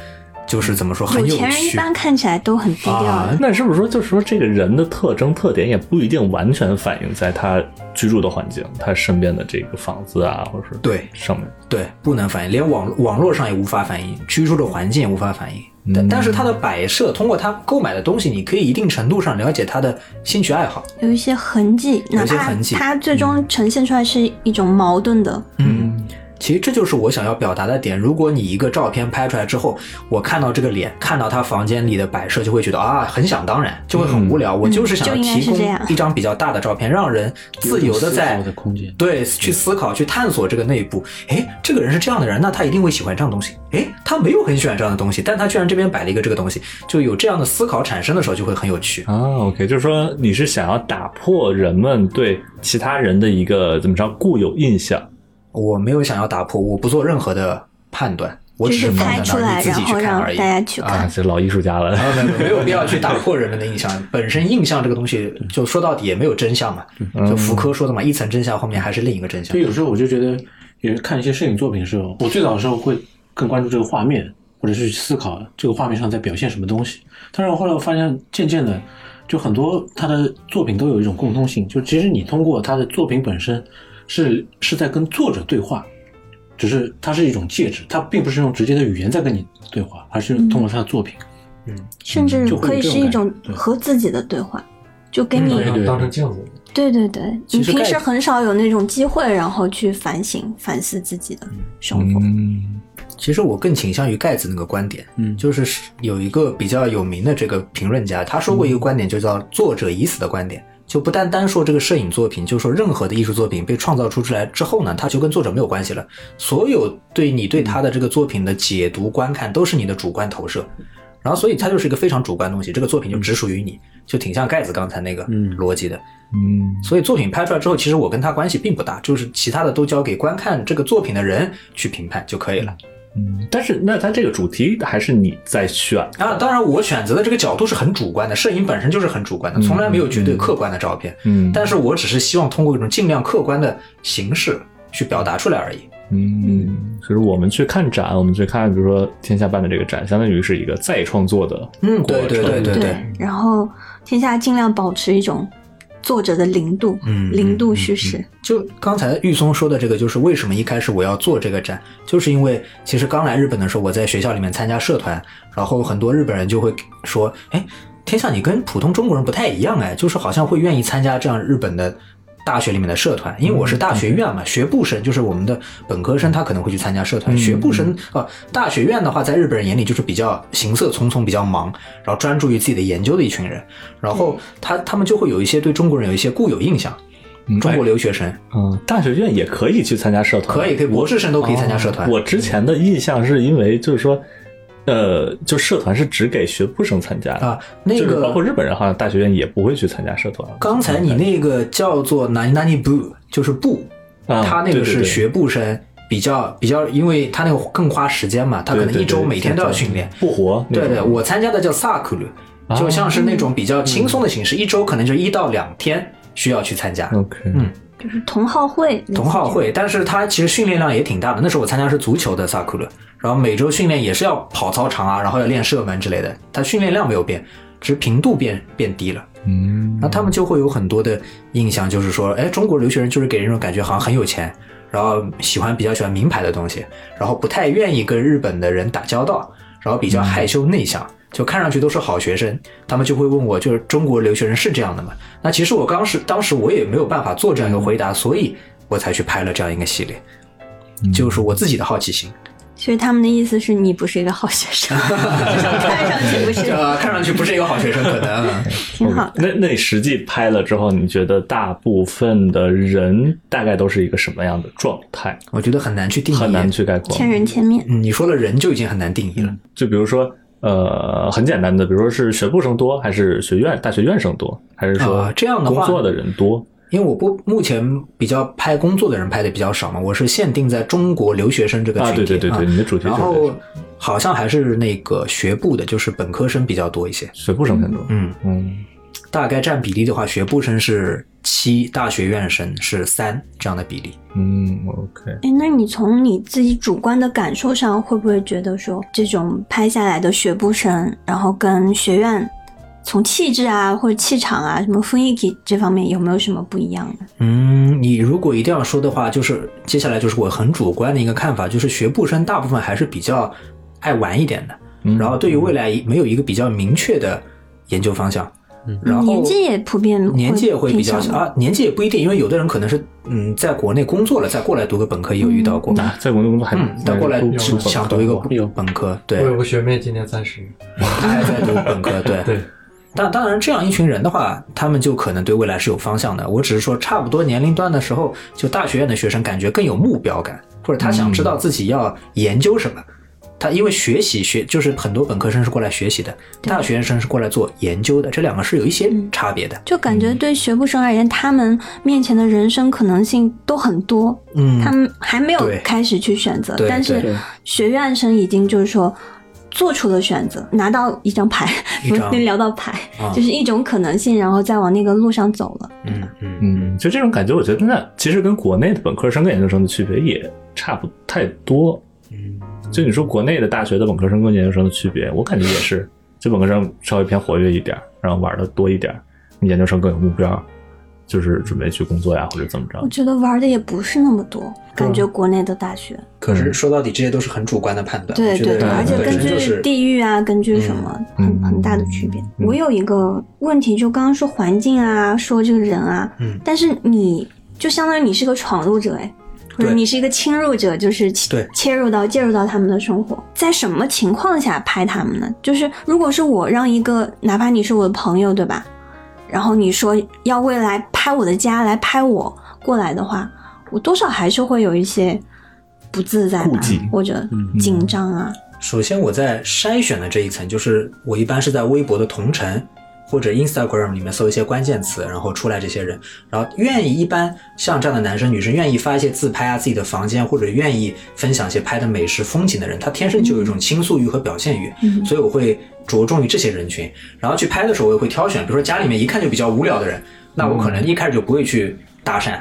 S1: 就是怎么说很
S3: 有钱人一
S1: 趣
S3: 般看起来都很低调
S1: 啊
S3: 的，。
S2: 那是不是说，就是说这个人的特征特点也不一定完全反映在他居住的环境，他身边的这个房子啊，或者是
S1: 对
S2: 上面，
S1: 对，不能反映，连网网络上也无法反映，居住的环境也无法反映。但但是他的摆设，通过他购买的东西，你可以一定程度上了解他的兴趣爱好。
S3: 有一些痕迹，
S1: 有
S3: 哪
S1: 一些
S3: 怕
S1: 痕迹
S3: 它最终呈现出来是一种矛盾的，
S1: 嗯，其实这就是我想要表达的点。如果你一个照片拍出来之后，我看到这个脸，看到他房间里的摆设，就会觉得啊，很想当然，就会很无聊。我嗯就是想要
S3: 就应该
S1: 提
S3: 是
S1: 供
S3: 这样
S1: 一张比较大的照片，让人自由的在
S5: 有一种思考的空间
S1: 对去思考、去探索这个内部。诶，这个人是这样的人，那他一定会喜欢这样的东西。诶，他没有很喜欢这样的东西，但他居然这边摆了一个这个东西，就有这样的思考产生的时候，就会很有趣。
S2: 啊，OK，就是说你是想要打破人们对其他人的一个怎么着固有印象，
S1: 我没有想要打破，我不做任何的判断，我
S3: 就
S1: 只是
S3: 是
S1: 放在
S3: 拍出
S1: 那儿，你
S3: 来，
S1: 自
S3: 然
S1: 己去
S3: 后
S1: 看
S3: 让
S1: 而已
S3: 大。家去
S2: 啊，
S3: 看。
S2: 这老艺术家了。
S1: 没有没有必要去打破人们的印象。本身印象这个东西，就说到底也没有真相嘛，就福柯说的嘛，一层真相后面还是另一个真相
S5: 所以。有时候我就觉得，也是看一些摄影作品的时候，我最早的时候会更关注这个画面，或者是思考这个画面上在表现什么东西。但是我后来我发现，渐渐的，就很多他的作品都有一种共通性，就其实你通过他的作品本身是是在跟作者对话，只是它是一种介质，它并不是用直接的语言在跟你对话，而是通过他的作品。
S3: 甚至可以是一种
S5: 就会有这种感觉对
S3: 和自己的对话，就给
S1: 嗯
S3: 你、
S5: 对对
S4: 当成镜子，
S3: 对对对，
S1: 其
S3: 你
S1: 实
S3: 平时
S1: 盖
S3: 很少有那种机会，然后去反省、反思自己的生活。
S2: 嗯，
S1: 其实我更倾向于盖子那个观点，
S5: 嗯
S1: 就是有一个比较有名的这个评论家，他说过一
S5: 嗯
S1: 个观点，就叫“作者已死”的观点。就不单单说这个摄影作品，就说任何的艺术作品被创造出出来之后呢，它就跟作者没有关系了。所有对你对他的这个作品的解读、观看，都是你的主观投射。
S5: 嗯
S1: 然后，所以它就是一个非常主观的东西，这个作品就只属于你，就挺像盖子刚才那个
S5: 嗯
S1: 逻辑的。
S2: 嗯，
S1: 所以作品拍出来之后，其实我跟他关系并不大，就是其他的都交给观看这个作品的人去评判就可以了。
S2: 嗯，但是那它这个主题还是你在选，
S1: 啊，当然我选择的这个角度是很主观的，摄影本身就是很主观的，从来没有绝对客观的照片。
S2: 嗯
S1: 但是我只是希望通过一种尽量客观的形式去表达出来而已。
S2: 嗯，就是我们去看展，我们去看，比如说天下办的这个展，相当于是一个再创作的
S1: 嗯
S2: 过
S1: 对对
S2: 程
S1: 对对
S3: 然后天下尽量保持一种作者的零度，
S1: 嗯
S3: 零度叙事。
S1: 就刚才玉松说的这个，就是为什么一开始我要做这个展，就是因为其实刚来日本的时候，我在学校里面参加社团，然后很多日本人就会说，哎，天下你跟普通中国人不太一样哎，就是好像会愿意参加这样日本的。大学里面的社团，因为我是大学院嘛，学部生就是我们的本科生，他可能会去参加社团。
S2: 嗯
S1: 学部生啊、呃大学院的话，在日本人眼里就是比较行色匆匆、比较忙，然后专注于自己的研究的一群人。然后他他们就会有一些对中国人有一些固有印象，
S2: 嗯
S1: 中国留学生，
S2: 嗯，大学院也可以去参加社团，啊
S1: 可以，可以，博士生都可以参加社团。
S2: 我之前的印象是因为就是说，呃，就社团是只给学部生参加的，
S1: 啊，那
S2: 就是包
S1: 个
S2: 括日本人好像大学院也不会去参加社团。
S1: 刚才你那个叫做南南尼部，就是部，
S2: 啊
S1: 他那个
S2: 对对
S1: 是
S2: 对
S1: 学部生，比较比较，因为他那个更花时间嘛，他可能一周每天都要训练。
S2: 不活，
S1: 对对，我参加的叫萨库鲁，就像是那种比较轻松的形
S2: 啊
S1: 式，一周可能就一到两天需要去参加。
S2: OK，
S1: 嗯
S3: 就是同好会，
S1: 同好会，但是他其实训练量也挺大的。那时候我参加是足球的萨库勒，然后每周训练也是要跑操场啊，然后要练射门之类的。他训练量没有变，只是频度变变低了。
S6: 嗯，
S1: 然后他们就会有很多的印象，就是说，哎，中国留学生就是给人一种感觉，好像很有钱，然后喜欢比较喜欢名牌的东西，然后不太愿意跟日本的人打交道，然后比较害羞内向，就看上去都是好学生。他们就会问我，就是中国留学生是这样的吗？那其实我当时当时我也没有办法做这样一个回答，所以我才去拍了这样一个系列，
S2: 嗯
S1: 就是我自己的好奇心。
S3: 所以他们的意思是你不是一个好学 生，至少看上去不是，
S1: 呃，看上去不是一个好学生，可能啊
S3: 挺好的。
S2: 那那你实际拍了之后，你觉得大部分的人大概都是一个什么样的状态？
S1: 我觉得很难去定义，
S2: 很难。去嗯概括。
S3: 千人千面，
S1: 你说了人就已经很难定义了。
S2: 就比如说，呃，很简单的，比如说是学部生多，还是学院大学院生多，还是说
S1: 啊这样的
S2: 工
S1: 话
S2: 作的人多？
S1: 因为我不目前比较拍工作的人拍的比较少嘛，我是限定在中国留学生这个
S2: 啊，
S1: 群体
S2: 对对对对，
S1: 啊
S2: 你的主题
S1: 然
S2: 就是
S1: 后
S2: 这个
S1: 好像还是那个学部的，就是本科生比较多一些。
S2: 学部生偏多。
S1: 嗯，
S2: 嗯，
S1: 大概占比例的话，学部生是七，大学院生是三这样的比例。
S2: 嗯，OK，
S3: 哎，那你从你自己主观的感受上，会不会觉得说这种拍下来的学部生，然后跟学院从气质啊或者气场啊什么雰囲気这方面有没有什么不一样啊呢？
S1: 嗯，你如果一定要说的话，就是接下来就是我很主观的一个看法，就是学部生大部分还是比较爱玩一点的，
S2: 嗯
S1: 然后对于未来没有一个比较明确的研究方向。
S2: 嗯
S1: 然后
S3: 年纪也普遍会
S1: 年纪也会比较
S3: 偏
S1: 小
S3: 向吗
S1: 啊，年纪也不一定，因为有的人可能是嗯，在国内工作了，再过来读个本科，也有遇到过。
S2: 那啊在国内工作还
S1: 嗯，再过来
S2: 读
S1: 只想读一个
S2: 嗯哎
S5: 有
S1: 本科，
S4: 我
S1: 对，
S4: 有个学妹今年三十，
S1: 还在读本科，对。
S4: 对，
S1: 但当然，这样一群人的话，他们就可能对未来是有方向的。我只是说，差不多年龄段的时候，就大学院的学生感觉更有目标感，或者他想知道自己要研究什么。他因为学习学就是很多本科生是过来学习的，
S3: 对
S1: 大学生是过来做研究的，这两个是有一些
S3: 嗯
S1: 差别的。
S3: 就感觉对学部生而言，他们面前的人生可能性都很多，
S1: 嗯，
S3: 他们还没有
S1: 对
S3: 开始去选择
S1: 对，
S3: 但
S1: 对
S3: 是学院生已经就是说做出了选择，拿到一张牌，
S1: 一
S3: 不
S1: 张
S3: 是聊到牌
S1: 啊，
S3: 就是一种可能性，然后再往那个路上走了。
S1: 嗯嗯
S2: 嗯，就这种感觉，我觉得那其实跟国内的本科生跟研究生的区别也差不太多。
S1: 嗯，
S2: 就你说国内的大学的本科生跟研究生的区别，我感觉也是，就本科生稍微偏活跃一点儿，然后玩的多一点儿，研究生更有目标，就是准备去工作呀或者怎
S1: 啊
S2: 么着
S3: 我。觉得玩的也不是那么多，感
S1: 嗯
S3: 觉国内的大学，
S1: 可是说到底，这些都是很主观的判断。
S3: 对
S1: 啊我觉
S3: 对
S1: 得
S3: 对，而且
S1: 本
S3: 根
S1: 身就
S3: 据
S1: 是
S3: 地域啊，根据什么，
S2: 嗯
S3: 很
S2: 嗯
S3: 很大的区别。
S2: 嗯
S3: 我有一个问题，就刚刚说环境啊，说这个人啊，
S1: 嗯
S3: 但是你就相当于你是个闯入者哎。或者
S1: 对
S3: 你是一个侵入者，就是
S1: 对
S3: 切切入到介入到他们的生活，在什么情况下拍他们呢？就是如果是我让一个，哪怕你是我的朋友，对吧？然后你说要未来拍我的家来拍我过来的话，我多少还是会有一些不自在
S2: 顾
S3: 吧
S2: 忌，
S3: 或者紧张啊。
S1: 首先我在筛选的这一层，就是我一般是在微博的同城或者 Instagram 里面搜一些关键词，然后出来这些人，然后愿意一般像这样的男生女生愿意发一些自拍啊自己的房间，或者愿意分享一些拍的美食风景的人，他天生就有一种倾诉欲和表现欲，
S3: 嗯
S1: 所以我会着重于这些人群，然后去拍的时候我也会挑选，比如说家里面一看就比较无聊的人，那我可能一开始就不会去搭讪。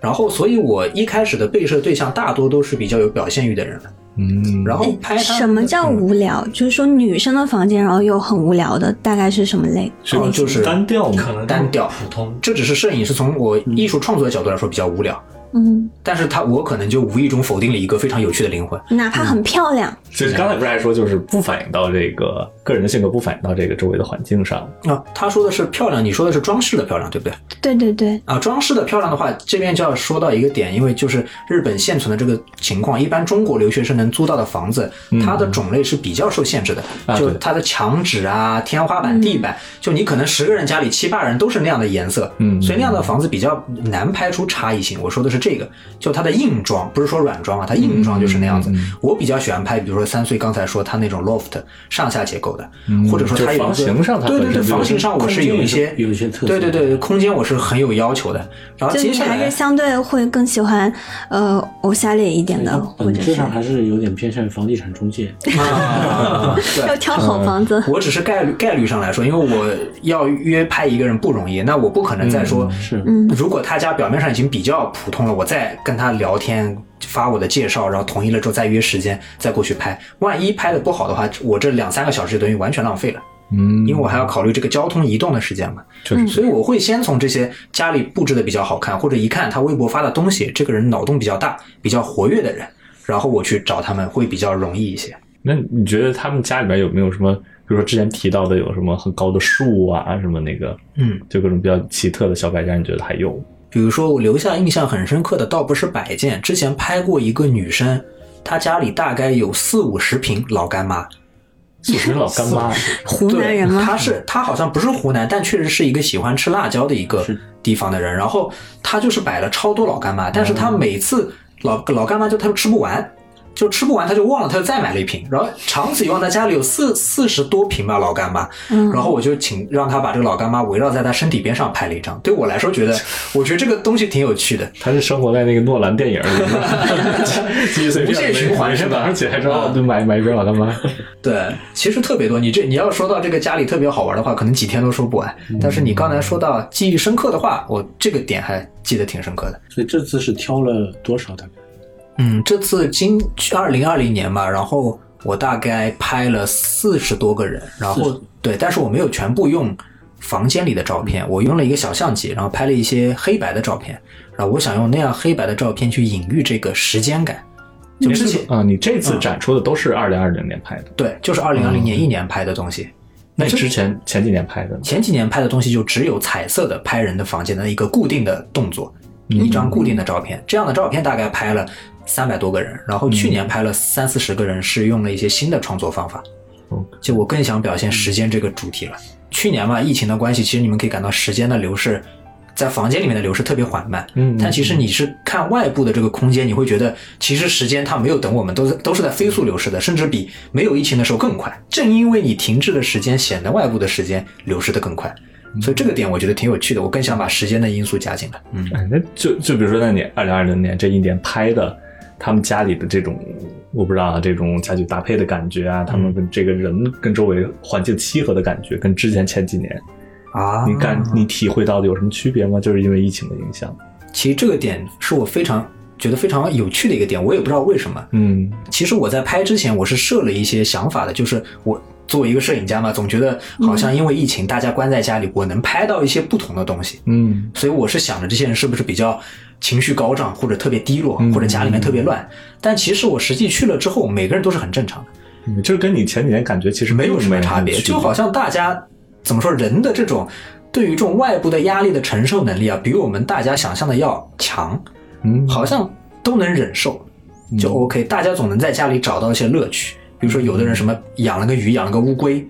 S1: 然后，所以我一开始的被摄对象大多都是比较有表现欲的人了。
S2: 嗯
S1: 然后哦拍他们的
S3: 哎什么叫
S1: 嗯
S3: 无聊？就是说女生的房间，然后又很无聊的，大概是什么类？
S1: 哦就是
S2: 单调嘛
S4: 可，
S1: 嗯
S4: 能
S1: 单调
S4: 普通。
S1: 这只是摄影是从我艺术创作的角度来说比较无聊，
S3: 嗯，
S1: 但是他我可能就无意中否定了一个非常有趣的灵魂。
S3: 哪怕很漂亮，
S2: 就是刚才不是还说，就是不反映到这个个人的性格，不反映到这个周围的环境上。
S1: 啊，他说的是漂亮，你说的是装饰的漂亮，对不对？
S3: 对对对，
S1: 啊，装饰的漂亮的话，这边就要说到一个点，因为就是日本现存的这个情况，一般中国留学生能租到的房子，它的种类是比较受限制的，
S2: 嗯啊
S1: 就
S2: 对
S1: 它的墙纸啊、天花
S3: 嗯
S1: 板、地板，就你可能十个人家里七八人都是那样的颜色，
S2: 嗯
S1: 所以那样的房子比较难拍出差异性。我说的是这个，就它的硬装，不是说软装啊，它硬装就是那
S2: 嗯
S1: 样子。我比较喜欢拍，比如说三岁刚才说他那种 loft 上下结构的，或者说
S2: 就
S1: 它有一个
S2: 房型上它
S1: 对对对，
S2: 本身就有
S1: 房型上我是有一些
S5: 空间有一些特色
S1: 对对对，空间我是很有要求的。然后
S3: 就
S1: 啊接
S3: 你
S1: 下
S3: 还
S1: 来
S3: 是相对会更喜欢呃偶像脸一点的，或
S5: 本
S3: 者
S5: 质
S3: 是
S5: 上还是有点偏向于房地产中介。
S1: 啊，
S3: 要
S1: 对。
S3: 挑好房子。
S1: 我只是概率概率上来说，因为我要约拍一个人不容易，那我不可能再说，
S5: 是
S3: 嗯
S1: 如果他家表面上已经比较普通了，我再跟他聊天，发我的介绍，然后同意了之后再约时间，再过去拍。万一拍的不好的话，我这两三个小时就等于完全浪费了。嗯，因为我还要考虑这个交通移动的时间嘛，
S2: 确
S3: 实
S1: 所以我会先从这些家里布置的比较好看，或者一看他微博发的东西，这个人脑洞比较大、比较活跃的人，然后我去找他们会比较容易一些。
S2: 那你觉得他们家里边有没有什么，比如说之前提到的有什么很高的树啊，什么那个，
S1: 嗯，
S2: 就各种比较奇特的小摆件，你觉得还有 吗？
S1: 比如说，我留下印象很深刻的倒不是摆件，之前拍过一个女生，她家里大概有四五十平老干妈。
S2: 四十老干妈，
S3: 湖
S1: 对，
S3: 南人吗？
S1: 她是她好像不是湖南，但确实是一个喜欢吃辣椒的一个
S5: 是
S1: 地方的人。然后她就是摆了超多老干妈，但是她每次老老干妈就她就吃不完。就吃不完，她就忘了，她就再买了一瓶。然后长此以往，她家里有四四十多瓶吧老干妈。
S3: 嗯，
S1: 然后我就请让她把这个老干妈围绕在她身体边上拍了一张。对我来说，觉得我觉得这个东西挺有趣的。
S2: 他是生活在那个诺兰电影里面， 记忆碎片
S1: 无限循环
S2: 每天
S1: 是吧
S2: 早上起来之后
S1: 嗯
S2: 就买买一瓶老干妈。
S1: 对，其实特别多。你这你要说到这个家里特别好玩的话，可能几天都说不完。但是你刚才说到记忆深刻的话，我这个点还记得挺深刻的。
S5: 所以这次是挑了多少大概？
S1: 嗯，这次今二零二零年嘛，然后我大概拍了四十多个人，然后对，但是我没有全部用房间里的照片，我用了一个小相机，然后拍了一些黑白的照片，然后我想用那样黑白的照片去隐喻这个时间感。就之前
S2: 啊，你这次展出的都是二零二零年拍的，
S1: 对，就是二零二零年一年拍的东西。
S2: 那你之前前几年拍的呢？
S1: 前几年拍的东西就只有彩色的拍人的房间的一个固定的动作，
S2: 嗯
S1: 一张固定的照片。这样的照片大概拍了三百多个人，然后去年拍了三四十个人，是用了一些新的创作方法
S2: OK。
S1: 就我更想表现时间这个主题了。去年嘛，疫情的关系，其实你们可以感到时间的流逝，在房间里面的流逝特别缓慢。
S2: 嗯
S1: 但其实你是看外部的这个空间，你会觉得其实时间它没有等我们，都是都是在飞速流逝的，甚至比没有疫情的时候更快。正因为你停滞的时间，显得外部的时间流逝的更快，
S2: 嗯
S1: 所以这个点我觉得挺有趣的。我更想把时间的因素加进来。嗯，
S2: 哎，那就就比如说，那你二零二零年这一年拍的，他们家里的这种，我不知道啊，这种家具搭配的感觉啊，他们跟这个人跟周围环境契合的感觉，跟之前前几年
S1: 啊
S2: 你感你体会到的有什么区别吗？就是因为疫情的影响。
S1: 其实这个点是我非常觉得非常有趣的一个点，我也不知道为什么。
S2: 嗯，
S1: 其实我在拍之前，我是设了一些想法的，就是我作为一个摄影家嘛，总觉得好像因为疫情，大家关在家里，我能拍到一些不同的东西。
S2: 嗯，
S1: 所以我是想着这些人是不是比较情绪高涨，或者特别低落
S2: 嗯，
S1: 或者家里面特别乱。但其实我实际去了之后，每个人都是很正常的，
S2: 嗯就是跟你前几年感觉其实
S1: 没有什么差别，
S2: 没有区
S1: 就好像大家怎么说，人的这种对于这种外部的压力的承受能力啊，比我们大家想象的要强，
S2: 嗯，
S1: 好像都能忍受，就 OK。大家总能在家里找到一些乐趣，比如说有的人什么养了个鱼，养了个乌龟。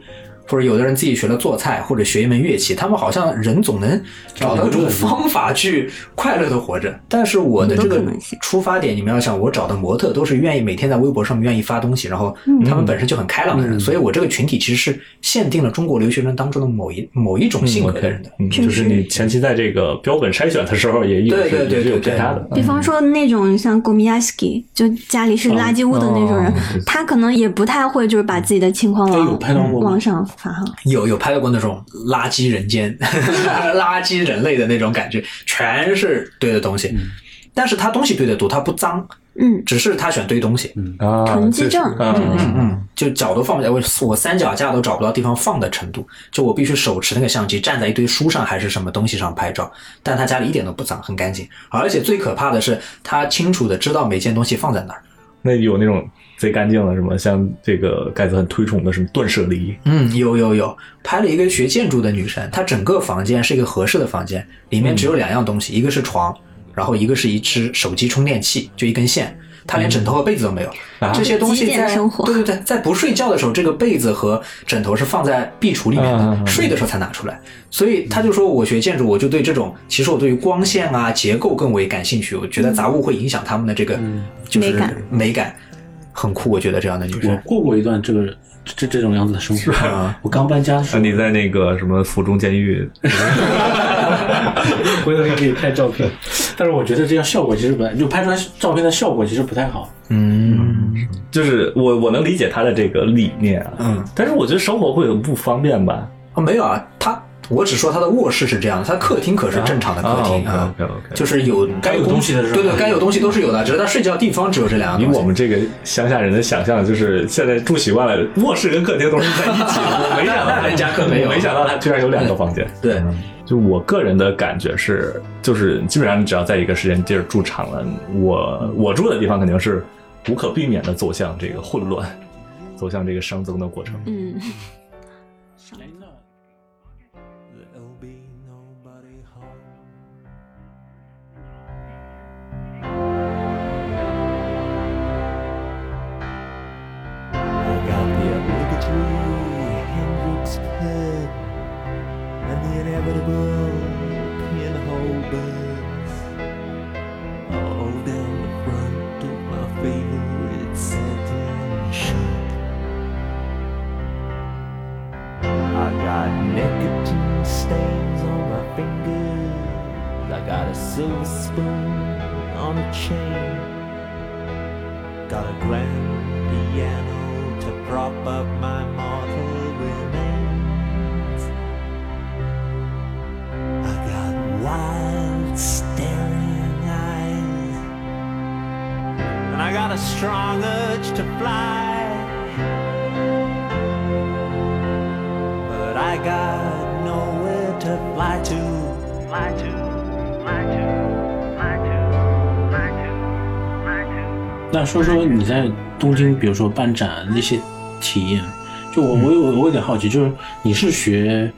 S1: 或者有的人自己学了做菜，或者学一门乐器，他们好像人总能找到一种方法去快乐的活
S2: 嗯
S1: 着。但是我的这
S3: 很
S1: 个
S3: 多可能性
S1: 出发点，你们要想，我找的模特都是愿意每天在微博上面愿意发东西，然后
S3: 嗯
S1: 他们本身就很开朗
S2: 嗯
S1: 的人，所以我这个群体其实是限定了中国留学生当中的某一某一种性格的人的。
S2: 嗯，就是你前期在这个标本筛选的时候也有
S1: 对对
S2: 是
S1: 对
S2: 是有
S1: 对对
S2: 偏差的。
S3: 比方说那种像 Gomiyaski，就家里是垃圾屋的那种人，
S2: 哦对
S3: 他可能也不太会就是把自己的情况
S5: 哎，有
S3: 往
S5: 拍到过吗
S3: 往？上发哈。
S1: 有有拍到过那种垃圾人间、 垃圾人类的那种感觉，全是堆的东西。
S2: 嗯
S1: 但是它东西堆的多，它不脏，
S3: 嗯，
S1: 只是他选堆东西。
S5: 嗯
S2: 啊，
S3: 囤积
S2: 就是
S3: 症
S2: 嗯嗯
S1: 嗯，就脚都放不下，我我三脚架都找不到地方放的程度，就我必须手持那个相机站在一堆书上还是什么东西上拍照。但他家里一点都不脏，很干净，而且最可怕的是，他清楚的知道每件东西放在哪儿。
S2: 那有那种贼干净的什么，像这个盖子很推崇的什么断舍离，
S1: 嗯，有有有，拍了一个学建筑的女生，她整个房间是一个合适的房间，里面只有两样东西，一个是床，然后一个是一只手机充电器，就一根线。她连枕头和被子都没有，
S2: 啊
S1: 这些东西
S3: 极简
S1: 在
S3: 生活
S1: 对对对，在不睡觉的时候，这个被子和枕头是放在壁橱里面的，
S2: 嗯嗯嗯
S1: 睡的时候才拿出来。所以她就说，我学建筑，我就对这种，其实我对于光线啊、结构更为感兴趣。我觉得杂物会影响他们的这个，
S2: 嗯
S1: 就是
S3: 美感
S1: 美感，很酷。我觉得这样的女
S5: 我
S1: 生，
S5: 过过一段这个这这种样子的生活
S1: 吧。
S5: 我刚搬家的时
S2: 啊，
S5: 候，
S2: 你在那个什么府中监狱，
S5: 回头也可以拍照片。但是我觉得这样效果其实本来就拍出来照片的效果其实不太好。
S1: 嗯
S2: 就是我我能理解他的这个理念啊，
S1: 嗯。
S2: 但是我觉得生活会很不方便吧。
S1: 啊，没有啊，他我只说他的卧室是这样的，他客厅可是正常的客厅啊，
S2: 哦 OK，OK，OK
S1: 就是有该
S5: 该有东西的时候
S1: 对对，该有东西都是有的，只是他睡觉地方只有这两
S2: 以
S1: 个东西。嗯
S2: 我们这个乡下人的想象，就是现在住习惯了，卧室跟客厅都是在一 起的。我没想到
S1: 人家可没有
S2: 我没想到他居然有两个房间。嗯
S1: 对，
S2: 就我个人的感觉是，就是基本上你只要在一个时间地儿驻场了，我我住的地方肯定是无可避免的走向这个混乱，走向这个熵增的过程。
S3: 嗯。
S6: There'll be nobody home. I got the obligatory Hendrix pen and the inevitable pinhole buttons all down the front of my favorite satin shirt. I got nicotine stains on my fingers. I got a silver spoon on a chain. Got a grand piano to prop up my mortal remains. I got wild staring eyes. And I got a strong urge to fly. But I got nowhere to fly to. Fly to. Fly to. Fly to. Fly to. Fly to.
S5: 那说说你在东京，比如说办展啊那些体验，就
S1: 嗯
S5: 我我有我有点好奇，就是你是学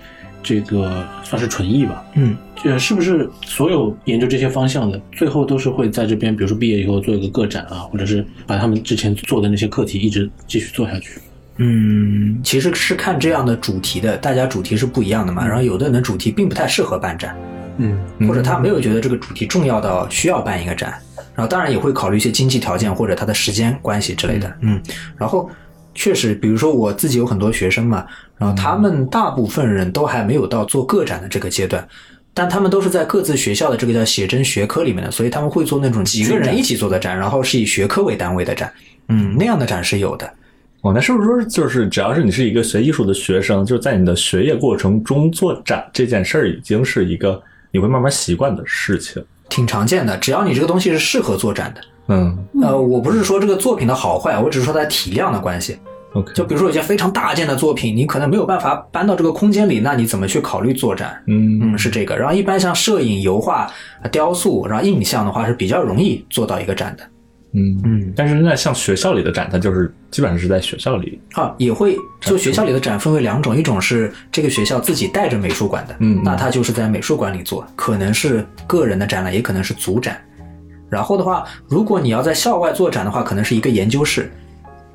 S5: 这个算是纯艺吧？
S1: 嗯，
S5: 呃，是不是所有研究这些方向的，最后都是会在这边，比如说毕业以后做一个个展啊，或者是把他们之前做的那些课题一直继续做下去？
S1: 嗯，其实是看这样的主题的，大家主题是不一样的嘛。然后有的人的主题并不太适合办展，
S5: 嗯，
S1: 或者他没有觉得这个主题重要到需要办一个展，然后当然也会考虑一些经济条件或者他的时间关系之类的，嗯，然后确实，比如说我自己有很多学生嘛，然后他们大部分人都还没有到做个展的这个阶段。但他们都是在各自学校的这个叫写真学科里面的，所以他们会做那种几个人一起做的展，然后是以学科为单位的展，嗯，那样的展是有的。
S2: 哦，那是不是说就是只要是你是一个学艺术的学生，就是在你的学业过程中做展这件事儿，已经是一个你会慢慢习惯的事情。
S1: 挺常见的，只要你这个东西是适合做展的。
S2: 嗯
S1: 呃，我不是说这个作品的好坏，我只是说它体量的关系。
S2: ，OK，
S1: 就比如说有些非常大件的作品，你可能没有办法搬到这个空间里，那你怎么去考虑做展？
S2: 嗯
S1: 嗯，是这个。然后一般像摄影、油画、呃雕塑，然后印象的话是比较容易做到一个展的。
S2: 嗯
S1: 嗯，
S2: 但是那像学校里的展，它就是基本上是在学校里，
S1: 啊，也会就学校里的展分为两种，一种是这个学校自己带着美术馆的，
S2: 嗯嗯
S1: 那它就是在美术馆里做，可能是个人的展览，也可能是组展。然后的话，如果你要在校外做展的话，可能是一个研究室，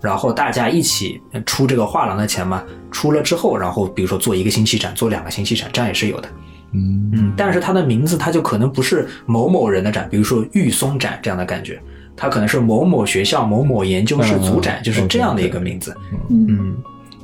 S1: 然后大家一起呃出这个画廊的钱嘛，出了之后，然后比如说做一个星期展，做两个星期展，这样也是有的。
S2: 嗯
S1: 嗯，但是它的名字它就可能不是某某人的展，比如说玉松展这样的感觉，它可能是某某学校某某研究室组展，
S2: 嗯
S1: 就是这样的一个
S2: OK，OK
S1: 名字。
S3: 嗯
S1: 嗯。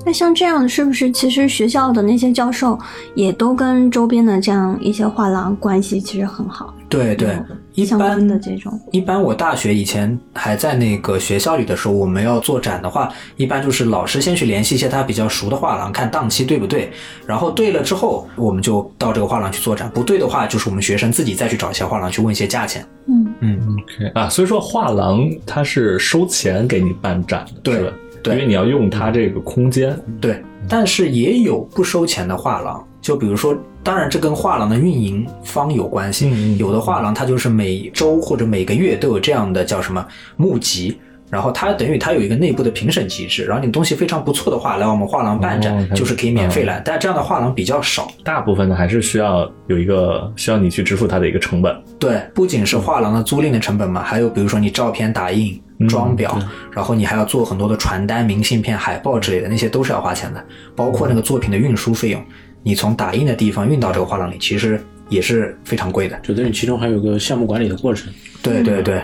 S3: 那像这样，是不是其实学校的那些教授也都跟周边的这样一些画廊关系其实很好？
S1: 对对，一
S3: 相
S1: 般
S3: 关的这种。
S1: 一般我大学以前还在那个学校里的时候，我们要做展的话，一般就是老师先去联系一些他比较熟的画廊，看档期对不对，然后对了之后，我们就到这个画廊去做展。不对的话，就是我们学生自己再去找一些画廊去问一些价钱。
S3: 嗯，
S1: 嗯，
S2: ，OK 啊，所以说画廊它是收钱给你办展的，
S1: 对
S2: 是吧？
S1: 对
S2: 因为你要用它这个空间，
S1: 对。但是也有不收钱的画廊，就比如说，当然这跟画廊的运营方有关系。
S2: 嗯嗯
S1: 有的画廊它就是每周或者每个月都有这样的叫什么募集，然后它等于它有一个内部的评审机制，然后你东西非常不错的话，来我们画廊办展、
S2: 哦它
S1: 就是可以免费来，但这样的画廊比较少。
S2: 大部分呢还是需要有一个需要你去支付它的一个成本。
S1: 对，不仅是画廊的租赁的成本嘛，还有比如说你照片打印、装裱，然后你还要做很多的传单、明信片、海报之类的，那些都是要花钱的，包括那个作品的运输费用，你从打印的地方运到这个画廊里，其实也是非常贵的。
S5: 就等于其中还有个项目管理的过程。
S1: 对对对，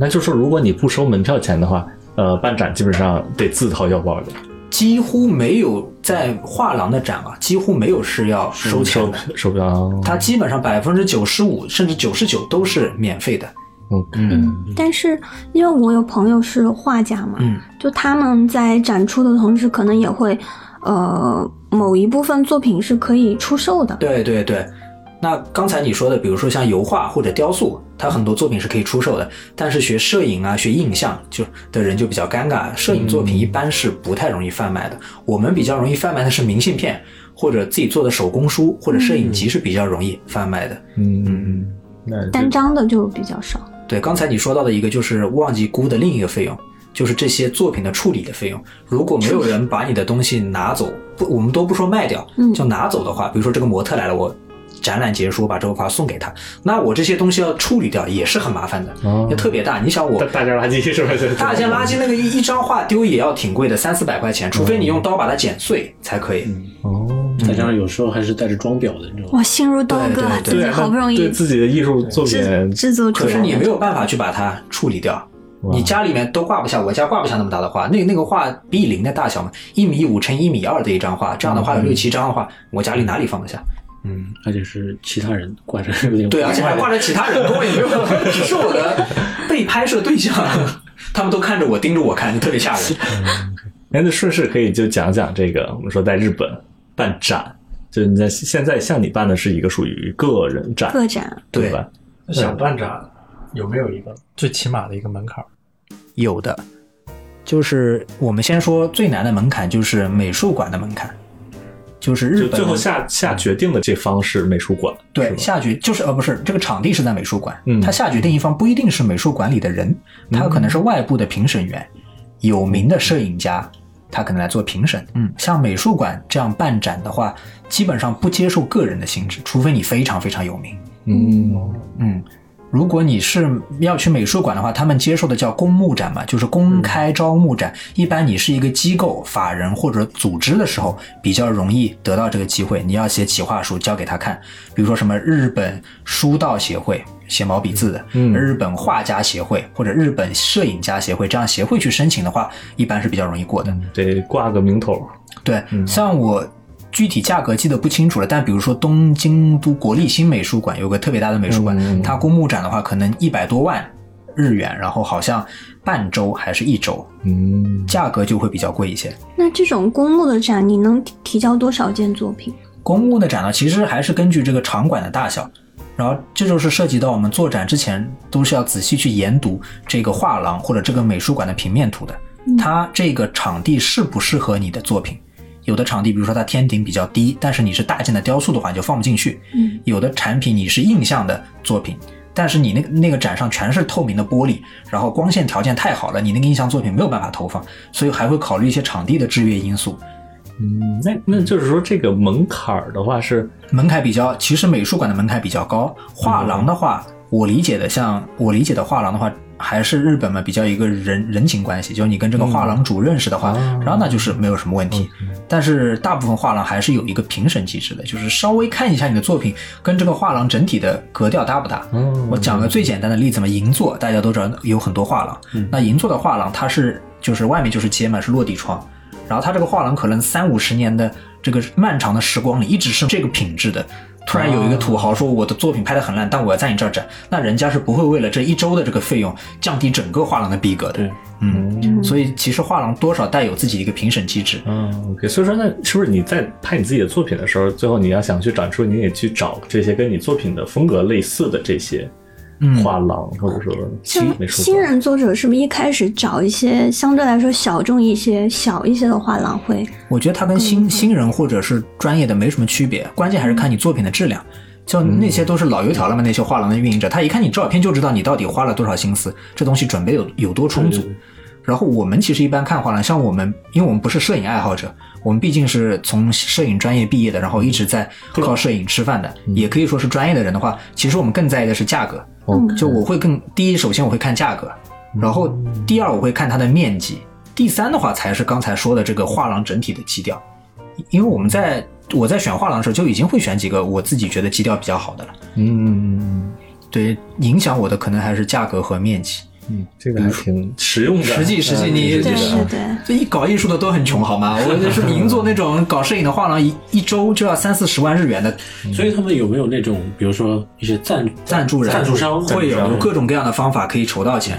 S2: 那就是说，如果你不收门票钱的话，呃，办展基本上得自掏腰包的。
S1: 几乎没有在画廊的展啊，几乎没有是要收钱
S2: 收
S1: 的。
S2: 收不了，
S1: 它基本上百分之九十五甚至九十九都是免费的。
S2: OK，
S3: 但是因为我有朋友是画家嘛，
S1: 嗯
S3: 就他们在展出的同时，可能也会呃某一部分作品是可以出售的。
S1: 对对对。那刚才你说的，比如说像油画或者雕塑，它很多作品是可以出售的，但是学摄影啊、学影像就的人就比较尴尬。摄影作品一般是不太容易贩卖的，我们比较容易贩卖的是明信片或者自己做的手工书或者摄影集是比较容易贩卖的。
S2: 嗯嗯，那
S3: 单张的就比较少。
S1: 对，刚才你说到的一个就是忘记估的另一个费用，就是这些作品的处理的费用。如果没有人把你的东西拿走，不，我们都不说卖掉
S3: 嗯，
S1: 就拿走的话，比如说这个模特来了，我展览结束，我把这幅画送给他，那我这些东西要处理掉也是很麻烦的，
S4: 哦
S1: 也特别大。你想我
S2: 大。大件垃圾是吧？
S1: 大件 垃圾那个一一张画丢也要挺贵的，三四百块钱，除非你用刀把它剪碎才可以。
S4: 哦，
S1: 嗯
S5: 再加上有时候还是带着装裱的，你知道吗？
S3: 哇，心如刀割，啊
S1: 对对对
S3: 自己
S2: 对，
S3: 好不容
S2: 对
S3: 易
S2: 自己的艺术作品，
S3: 制制作出
S1: 可
S3: 来
S1: 是
S3: 的，
S1: 你没有办法去把它处理掉，你家里面都挂不下，我家挂不下那么大的画，那那个画比零的大小嘛，一米五乘一米二的一张画，这样的话有六七张的话，我家里哪里放得下？嗯，
S5: 而且是其他人挂着有点
S1: 对，而且还挂着其他人，跟我也没有， 只是我的被拍摄对象， 他们都看着我，盯着我看，就特别吓人。
S2: 哎，那顺势可以就讲讲这个，我们说在日本办展，就是你在现在像你办的是一个属于个人展，
S3: 个展。
S2: 对吧？
S4: 想办展有没有一个最起码的一个门槛儿？
S1: 有的，就是我们先说最难的门槛，就是美术馆的门槛，就是日
S2: 就
S1: 本
S2: 最后
S1: 的
S2: 下下决定的这方是美术馆，是
S1: 对，
S2: 吧
S1: 下决就是呃不是这个场地是在美术馆，
S2: 嗯
S1: 他下决定一方不一定是美术馆里的人，他可能是外部的评审员，有名的摄影家，他可能来做评审。嗯，像美术馆这样办展的话，基本上不接受个人的性质，除非你非常非常有名。
S2: 嗯
S1: 嗯，如果你是要去美术馆的话，他们接受的叫公募展嘛，就是公开招募展。一般你是一个机构、法人或者组织的时候，比较容易得到这个机会。你要写企划书交给他看，比如说什么日本书道协会。写毛笔字的，
S2: 嗯
S1: 日本画家协会或者日本摄影家协会这样协会去申请的话，一般是比较容易过的。
S2: 得挂个名头，
S1: 对，
S2: 嗯
S1: 像我具体价格记得不清楚了，但比如说东京都国立新美术馆有个特别大的美术馆，
S2: 嗯嗯嗯
S1: 它公募展的话可能一百多万日元，然后好像半周还是一周，
S2: 嗯，
S1: 价格就会比较贵一些。
S3: 那这种公募的展，你能提提交多少件作品？
S1: 公募的展呢，其实还是根据这个场馆的大小，然后这就是涉及到我们做展之前都是要仔细去研读这个画廊或者这个美术馆的平面图的，它这个场地适不适合你的作品。有的场地，比如说它天顶比较低，但是你是大件的雕塑的话，你就放不进去。
S3: 嗯，
S1: 有的产品你是印象的作品，但是你那个那个展上全是透明的玻璃，然后光线条件太好了，你那个印象作品没有办法投放，所以还会考虑一些场地的制约因素。
S2: 嗯那那就是说这个门槛儿的话是，
S1: 门槛比较，其实美术馆的门槛比较高。画廊的话，我理解的像我理解的画廊的话，还是日本嘛比较一个人人情关系，就是你跟这个画廊主认识的话，然后那就是没有什么问题。但是大部分画廊还是有一个评审机制的，就是稍微看一下你的作品跟这个画廊整体的格调搭不搭。我讲个最简单的例子嘛，银座大家都知道有很多画廊，那银座的画廊它是就是外面就是街嘛，是落地窗。然后它这个画廊可能三五十年的这个漫长的时光里，一直是这个品质的。突然有一个土豪说我的作品拍得很烂，但我要在你这儿展，那人家是不会为了这一周的这个费用降低整个画廊的逼格的
S5: 对。
S1: 嗯，所以其实画廊多少带有自己一个评审机制。
S2: 嗯，OK，所以说那是不是你在拍你自己的作品的时候，最后你要想去展出，你也去找这些跟你作品的风格类似的这些
S1: 嗯
S2: 画廊、或者说新美
S3: 像
S2: 术
S3: 新
S2: 馆，
S3: 人作者是不是一开始找一些相对来说小众一些、小一些的画廊会？
S1: 我觉得它跟新新人或者是专业的没什么区别，关键还是看你作品的质量。就那些都是老油条了嘛，那些画廊的运营者，他一看你照片就知道你到底花了多少心思，这东西准备有有多充足。然后我们其实一般看画廊，像我们，因为我们不是摄影爱好者，我们毕竟是从摄影专业毕业的，然后一直在靠摄影吃饭的，也可以说是专业的人的话，其实我们更在意的是价格。
S3: 嗯
S1: 就我会更第一，首先我会看价格，然后第二我会看它的面积，第三的话才是刚才说的这个画廊整体的基调，因为我们在我在选画廊的时候就已经会选几个我自己觉得基调比较好的了。
S2: 嗯，
S1: 对，影响我的可能还是价格和面积。
S2: 嗯，这个还挺 实用的，
S1: 实际实际
S2: 嗯
S1: 你
S2: 挺
S1: 这
S3: 对
S2: 实际的
S3: 对
S2: 啊
S3: 对，
S1: 这一搞艺术的都很穷，好吗？我就是银座那种搞摄影的画廊，一一周就要三四十万日元的
S5: 所以他们有没有那种，比如说一些赞
S1: 赞助人，
S5: 赞助商
S1: 会有
S5: 赞助商
S1: 各种各样的方法可以筹到钱。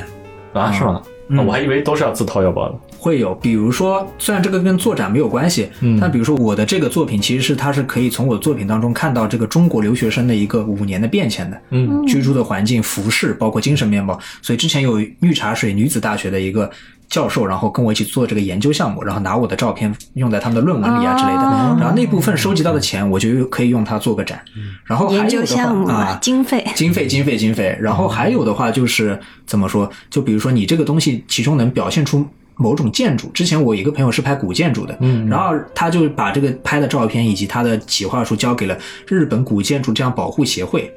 S2: 啊，是吗？
S5: 哦
S1: 嗯
S2: 我还以为都是要自掏腰包的。
S1: 会有，比如说，虽然这个跟作展没有关系，
S2: 嗯
S1: 但比如说我的这个作品其实是它是可以从我的作品当中看到这个中国留学生的一个五年的变迁的，
S2: 嗯
S1: 居住的环境、服饰，包括精神面貌。所以之前有绿茶水女子大学的一个教授，然后跟我一起做这个研究项目，然后拿我的照片用在他们的论文里啊之类的。
S3: 哦
S1: 然后那部分收集到的钱，我就可以用它做个展。
S2: 嗯
S1: 然哦后还
S3: 研
S1: 有
S3: 究
S1: 的话
S3: 项目
S1: 啊，
S3: 经费，
S1: 经费，经费，经费。然后还有的话就是怎么说？就比如说你这个东西其中能表现出某种建筑。之前我一个朋友是拍古建筑的，嗯，然后他就把这个拍的照片以及他的企划书交给了日本古建筑这样保护协会。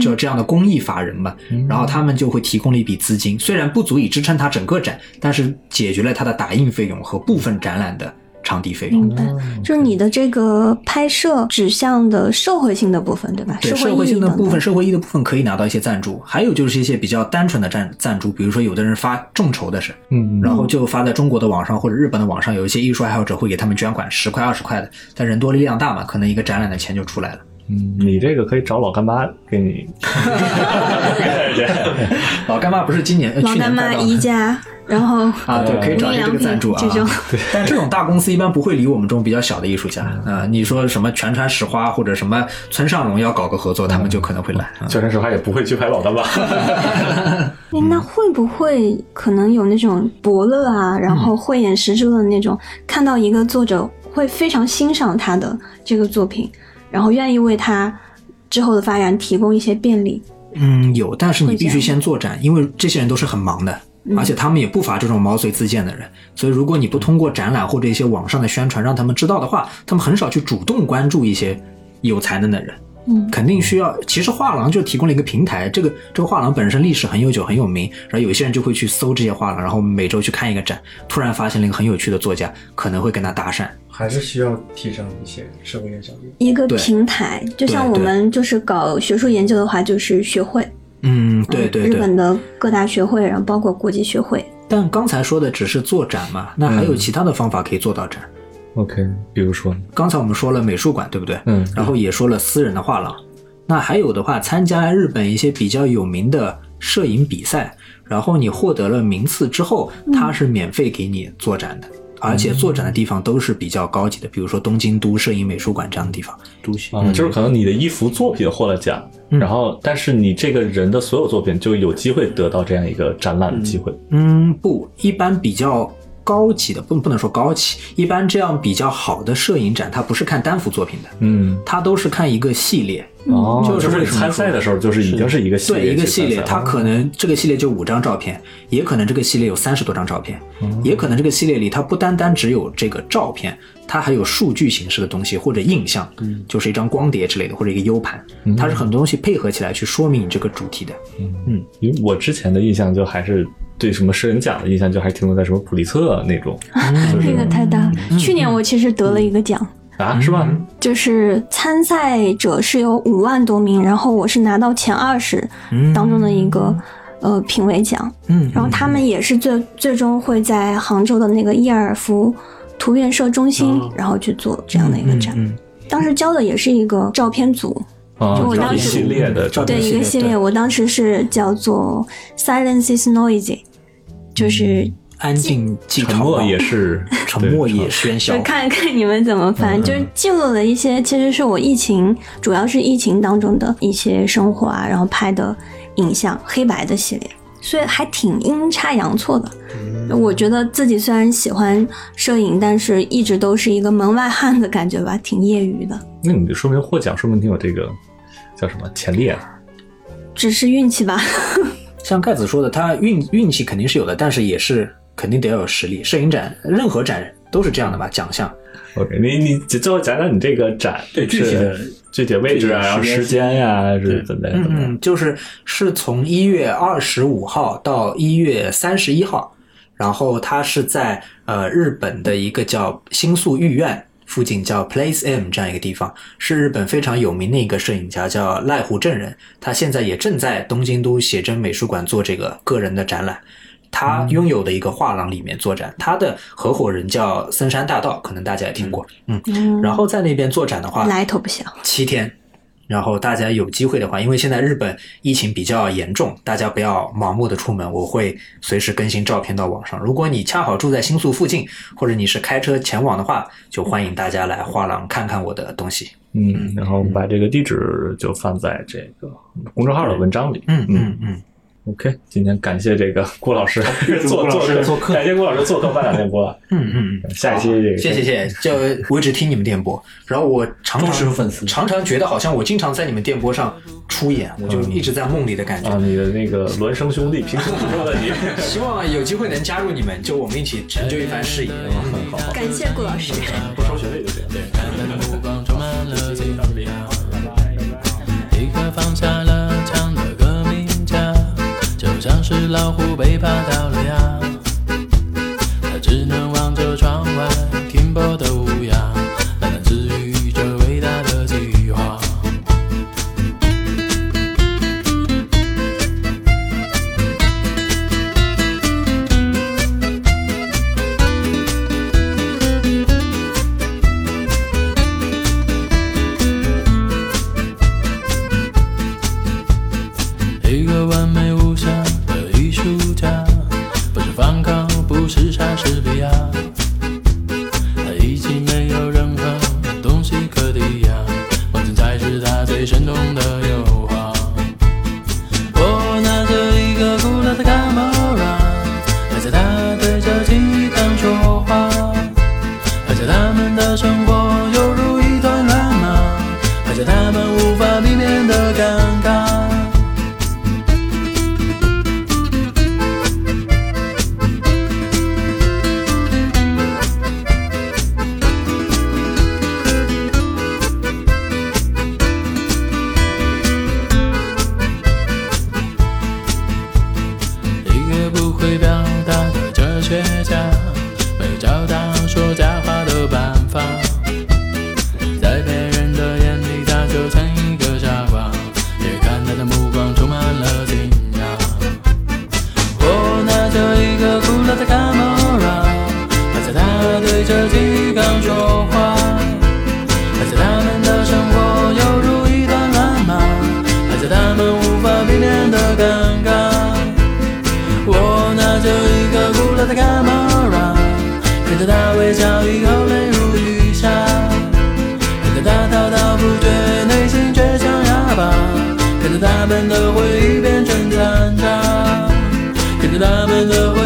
S1: 就这样的公益法人嘛，然后他们就会提供了一笔资金，虽然不足以支撑他整个展，但是解决了他的打印费用和部分展览的场地费用。
S3: 明白，
S4: 嗯
S3: 就是你的这个拍摄指向的社会性的部分，对吧？
S1: 对
S3: 会
S1: 社
S3: 意
S1: 会
S3: 义
S1: 性的
S3: 等
S1: 部
S3: 等
S1: 分，。社会意义的部分可以拿到一些赞助，还有就是一些比较单纯的赞赞助，比如说有的人发众筹的事，
S2: 嗯
S1: 然后就发在中国的网上或者日本的网上，有一些艺术爱好者会给他们捐款，十块二十块的，但人多力量大嘛，可能一个展览的钱就出来了。
S2: 嗯，你这个可以找老干妈给你。
S1: 老干妈不是今年、呃、
S3: 老
S1: 去年
S3: 干妈
S1: 拍到
S3: 一
S1: 的。
S3: 家，然后
S1: 啊，对，可以找一
S3: 蜜
S1: 些这
S3: 良
S1: 个
S3: 品
S1: 赞助啊
S3: 这种，嗯
S1: 但这种大公司一般不会理我们这种比较小的艺术家啊。你说什么全川石花或者什么村上隆要搞个合作，他们
S3: 嗯
S1: 就可能会来。啊
S2: 全山石花也不会去拍老干妈。
S3: 哎
S1: 嗯
S3: 那会不会可能有那种伯乐啊，然
S1: 嗯
S3: 后慧眼识珠的那种，看到一个作者会非常欣赏他的这个作品，然后愿意为他之后的发展提供一些便利？
S1: 嗯，有，但是你
S3: 会这
S1: 必须
S3: 样
S1: 先做展，因为这些人都是很忙的，
S3: 嗯
S1: 而且他们也不乏这种毛遂自荐的人。所以，如果你不通过展览或者一些网上的宣传让他们知道的话，他们很少去主动关注一些有才能的人。
S3: 嗯
S1: 肯定需要。其实画廊就提供了一个平台，这个这个画廊本身历史很悠久，很有名。然后有些人就会去搜这些画廊，然后每周去看一个展，突然发现了一个很有趣的作家，可能会跟他搭讪。
S4: 还是需要提升一些社会影响力。
S3: 一个
S1: 对
S3: 平台，就像我
S1: 对
S3: 们就是搞学术研究的话，就是学会，
S1: 嗯，对
S3: 嗯
S1: 对
S3: 日
S1: 对。
S3: 本的各大学会，然后包括国际学会，
S1: 但刚才说的只是做展嘛，那还
S3: 嗯
S1: 有其他的方法可以做到展。
S2: OK，比如说，
S1: 刚才我们说了美术馆，对不对？
S2: 嗯
S1: 然后也说了私人的画廊。那还有的话，参加日本一些比较有名的摄影比赛，然后你获得了名次之后，它是免费给你做展的，而且做展的地方都是比较高级的，比如说东京都摄影美术馆这样的地方。
S5: 独行。
S2: 啊，就是可能你的一幅作品获了奖，
S1: 嗯
S2: 然后但是你这个人的所有作品就有机会得到这样一个展览的机会。
S1: 嗯，不，一般比较高级的，不不能说高级，一般这样比较好的摄影展，它不是看单幅作品的，
S2: 嗯，
S1: 它都是看一个系列。
S2: 哦，
S1: 嗯就是
S2: 就是
S1: 为
S2: 你
S1: 什么
S2: 参赛的时候，就是已经是一个系列
S1: 对一个
S2: 去嗯
S1: 系
S2: 参
S1: 列，
S2: 赛
S1: 它
S2: 了
S1: 可能这个系列就五张照片，也可能这个系列有三十多张照片，
S2: 嗯
S1: 也可能这个系列里它不单单只有这个照片，它还有数据形式的东西或者印象，
S2: 嗯
S1: 就是一张光碟之类的或者一个 U 盘，它是很多东西配合起来去说明你这个主题的。
S2: 嗯因为我之前的印象就还是对什么摄影奖的印象就还停留在什么普利策那种
S1: 嗯
S3: 那 个太大了。去年我其实得了一个奖，
S2: 啊，是吧？
S3: 就是参赛者是有五万多名，然后我是拿到前二十当中的一个、呃评委奖，
S1: 嗯，
S3: 然后他们也是最最终会在杭州的那个伊尔夫图院社中心，
S5: 哦
S3: 然后去做这样的一个展。
S1: 嗯
S3: 当时交的也是一个照片组，
S2: 啊，
S3: 就我
S2: 就是
S3: 当
S2: 一
S3: 时
S2: 系列的
S1: 照
S2: 照
S1: 片
S2: 片
S3: 对
S1: 系
S3: 一
S1: 列
S3: 个系
S1: 对
S3: 列，我当时是叫做 Silence is Noisy，就是
S1: 安静既
S2: 沉
S1: 吵
S2: 默
S1: 闹
S2: 也是，
S1: 啊沉默也喧
S3: 就
S1: 嚣。
S3: 看 看你们怎么
S1: 嗯
S3: 翻，就是记录了一些，其实是我疫情，主要是疫情当中的一些生活啊，然后拍的影像，黑白的系列，所以还挺阴差阳错的。
S1: 嗯
S3: 我觉得自己虽然喜欢摄影，但是一直都是一个门外汉的感觉吧，挺业余的，
S2: 那你就说明获奖，说明你有这个叫什么潜力啊？
S3: 只是运气 吧。
S1: 像盖子说的，他运运气肯定是有的，但是也是肯定得要有实力。摄影展任何展都是这样的吧，奖项。
S2: OK，你你最后讲讲你这个展
S5: 对
S2: 是
S5: 具体的
S2: 具体位置啊，然后
S5: 具体的
S2: 时
S5: 时间
S2: 间呀是怎么样怎么样？
S1: 嗯，就是是从一月二十五号到一月三十一号，然后它是在呃日本的一个叫新宿御苑附近叫 Place M 这样一个地方，是日本非常有名的一个摄影家叫濑户正人，他现在也正在东京都写真美术馆做这个个人的展览。他拥有的一个画廊里面作展，他的合伙人叫森 山大道，可能大家也听过，嗯，然后在那边作展的话，
S3: 来头不小，
S1: 七天，然后大家有机会的话，因为现在日本疫情比较严重，大家不要盲目的出门。我会随时更新照片到网上。如果你恰好住在新宿附近，或者你是开车前往的话，就欢迎大家来画廊看看我的东西。
S2: 嗯，然后我们把这个地址就放在这个公众号的文章里。
S1: 嗯嗯嗯，
S2: OK，今天感谢这个郭老师做
S5: 郭老
S2: 做
S5: 师
S2: 客
S1: 做客
S2: 感谢郭老师做客半岛电波了。
S1: 嗯嗯嗯，
S2: 啊下一期这个
S1: 谢谢谢谢，就我一直听你们电波，然后我常
S4: 忠实
S1: 常
S4: 粉丝
S1: 常常觉得好像我经常在你们电波上出演，我
S4: 嗯
S1: 就一直在梦里的感觉。
S2: 啊，你的那个孪生兄弟凭空出生的你，
S1: 希望有机会能加入你们，就我们一起成就一番事业。
S4: 嗯
S3: 感谢顾老师。
S2: 不收学费就行。
S7: 目光充满了希望。一个放下了枪的革命家，就像是老虎被爬到了牙，他只能望着窗外停泊的乌鸦，喃喃自语着伟大的计划。一个完美无瑕的艺术家，不是梵高，不是莎士比亚，他已经没有任何东西可抵押，梦境才是他最生动的油画。我拿着一个古老的卡莫拉，看着他对着鸡蛋说话。而且他们的生活犹如一团乱麻，而且他们无法避免的尴尬。一个不会表达的哲学家，没有教他说假话的办法，在别人的眼里他就成一个傻瓜，别看他的目光充满了惊讶。我拿着一个古老的卡莫拉，看着他对着提纲说话。而且他们的生活犹如一团乱麻，而且他们无法避免的尴尬。我拿着一个古老的 camera，看着他微笑以后泪如雨下，看着他滔滔不绝，内心却像哑巴，看着他们的回忆变成残渣，看着他们的回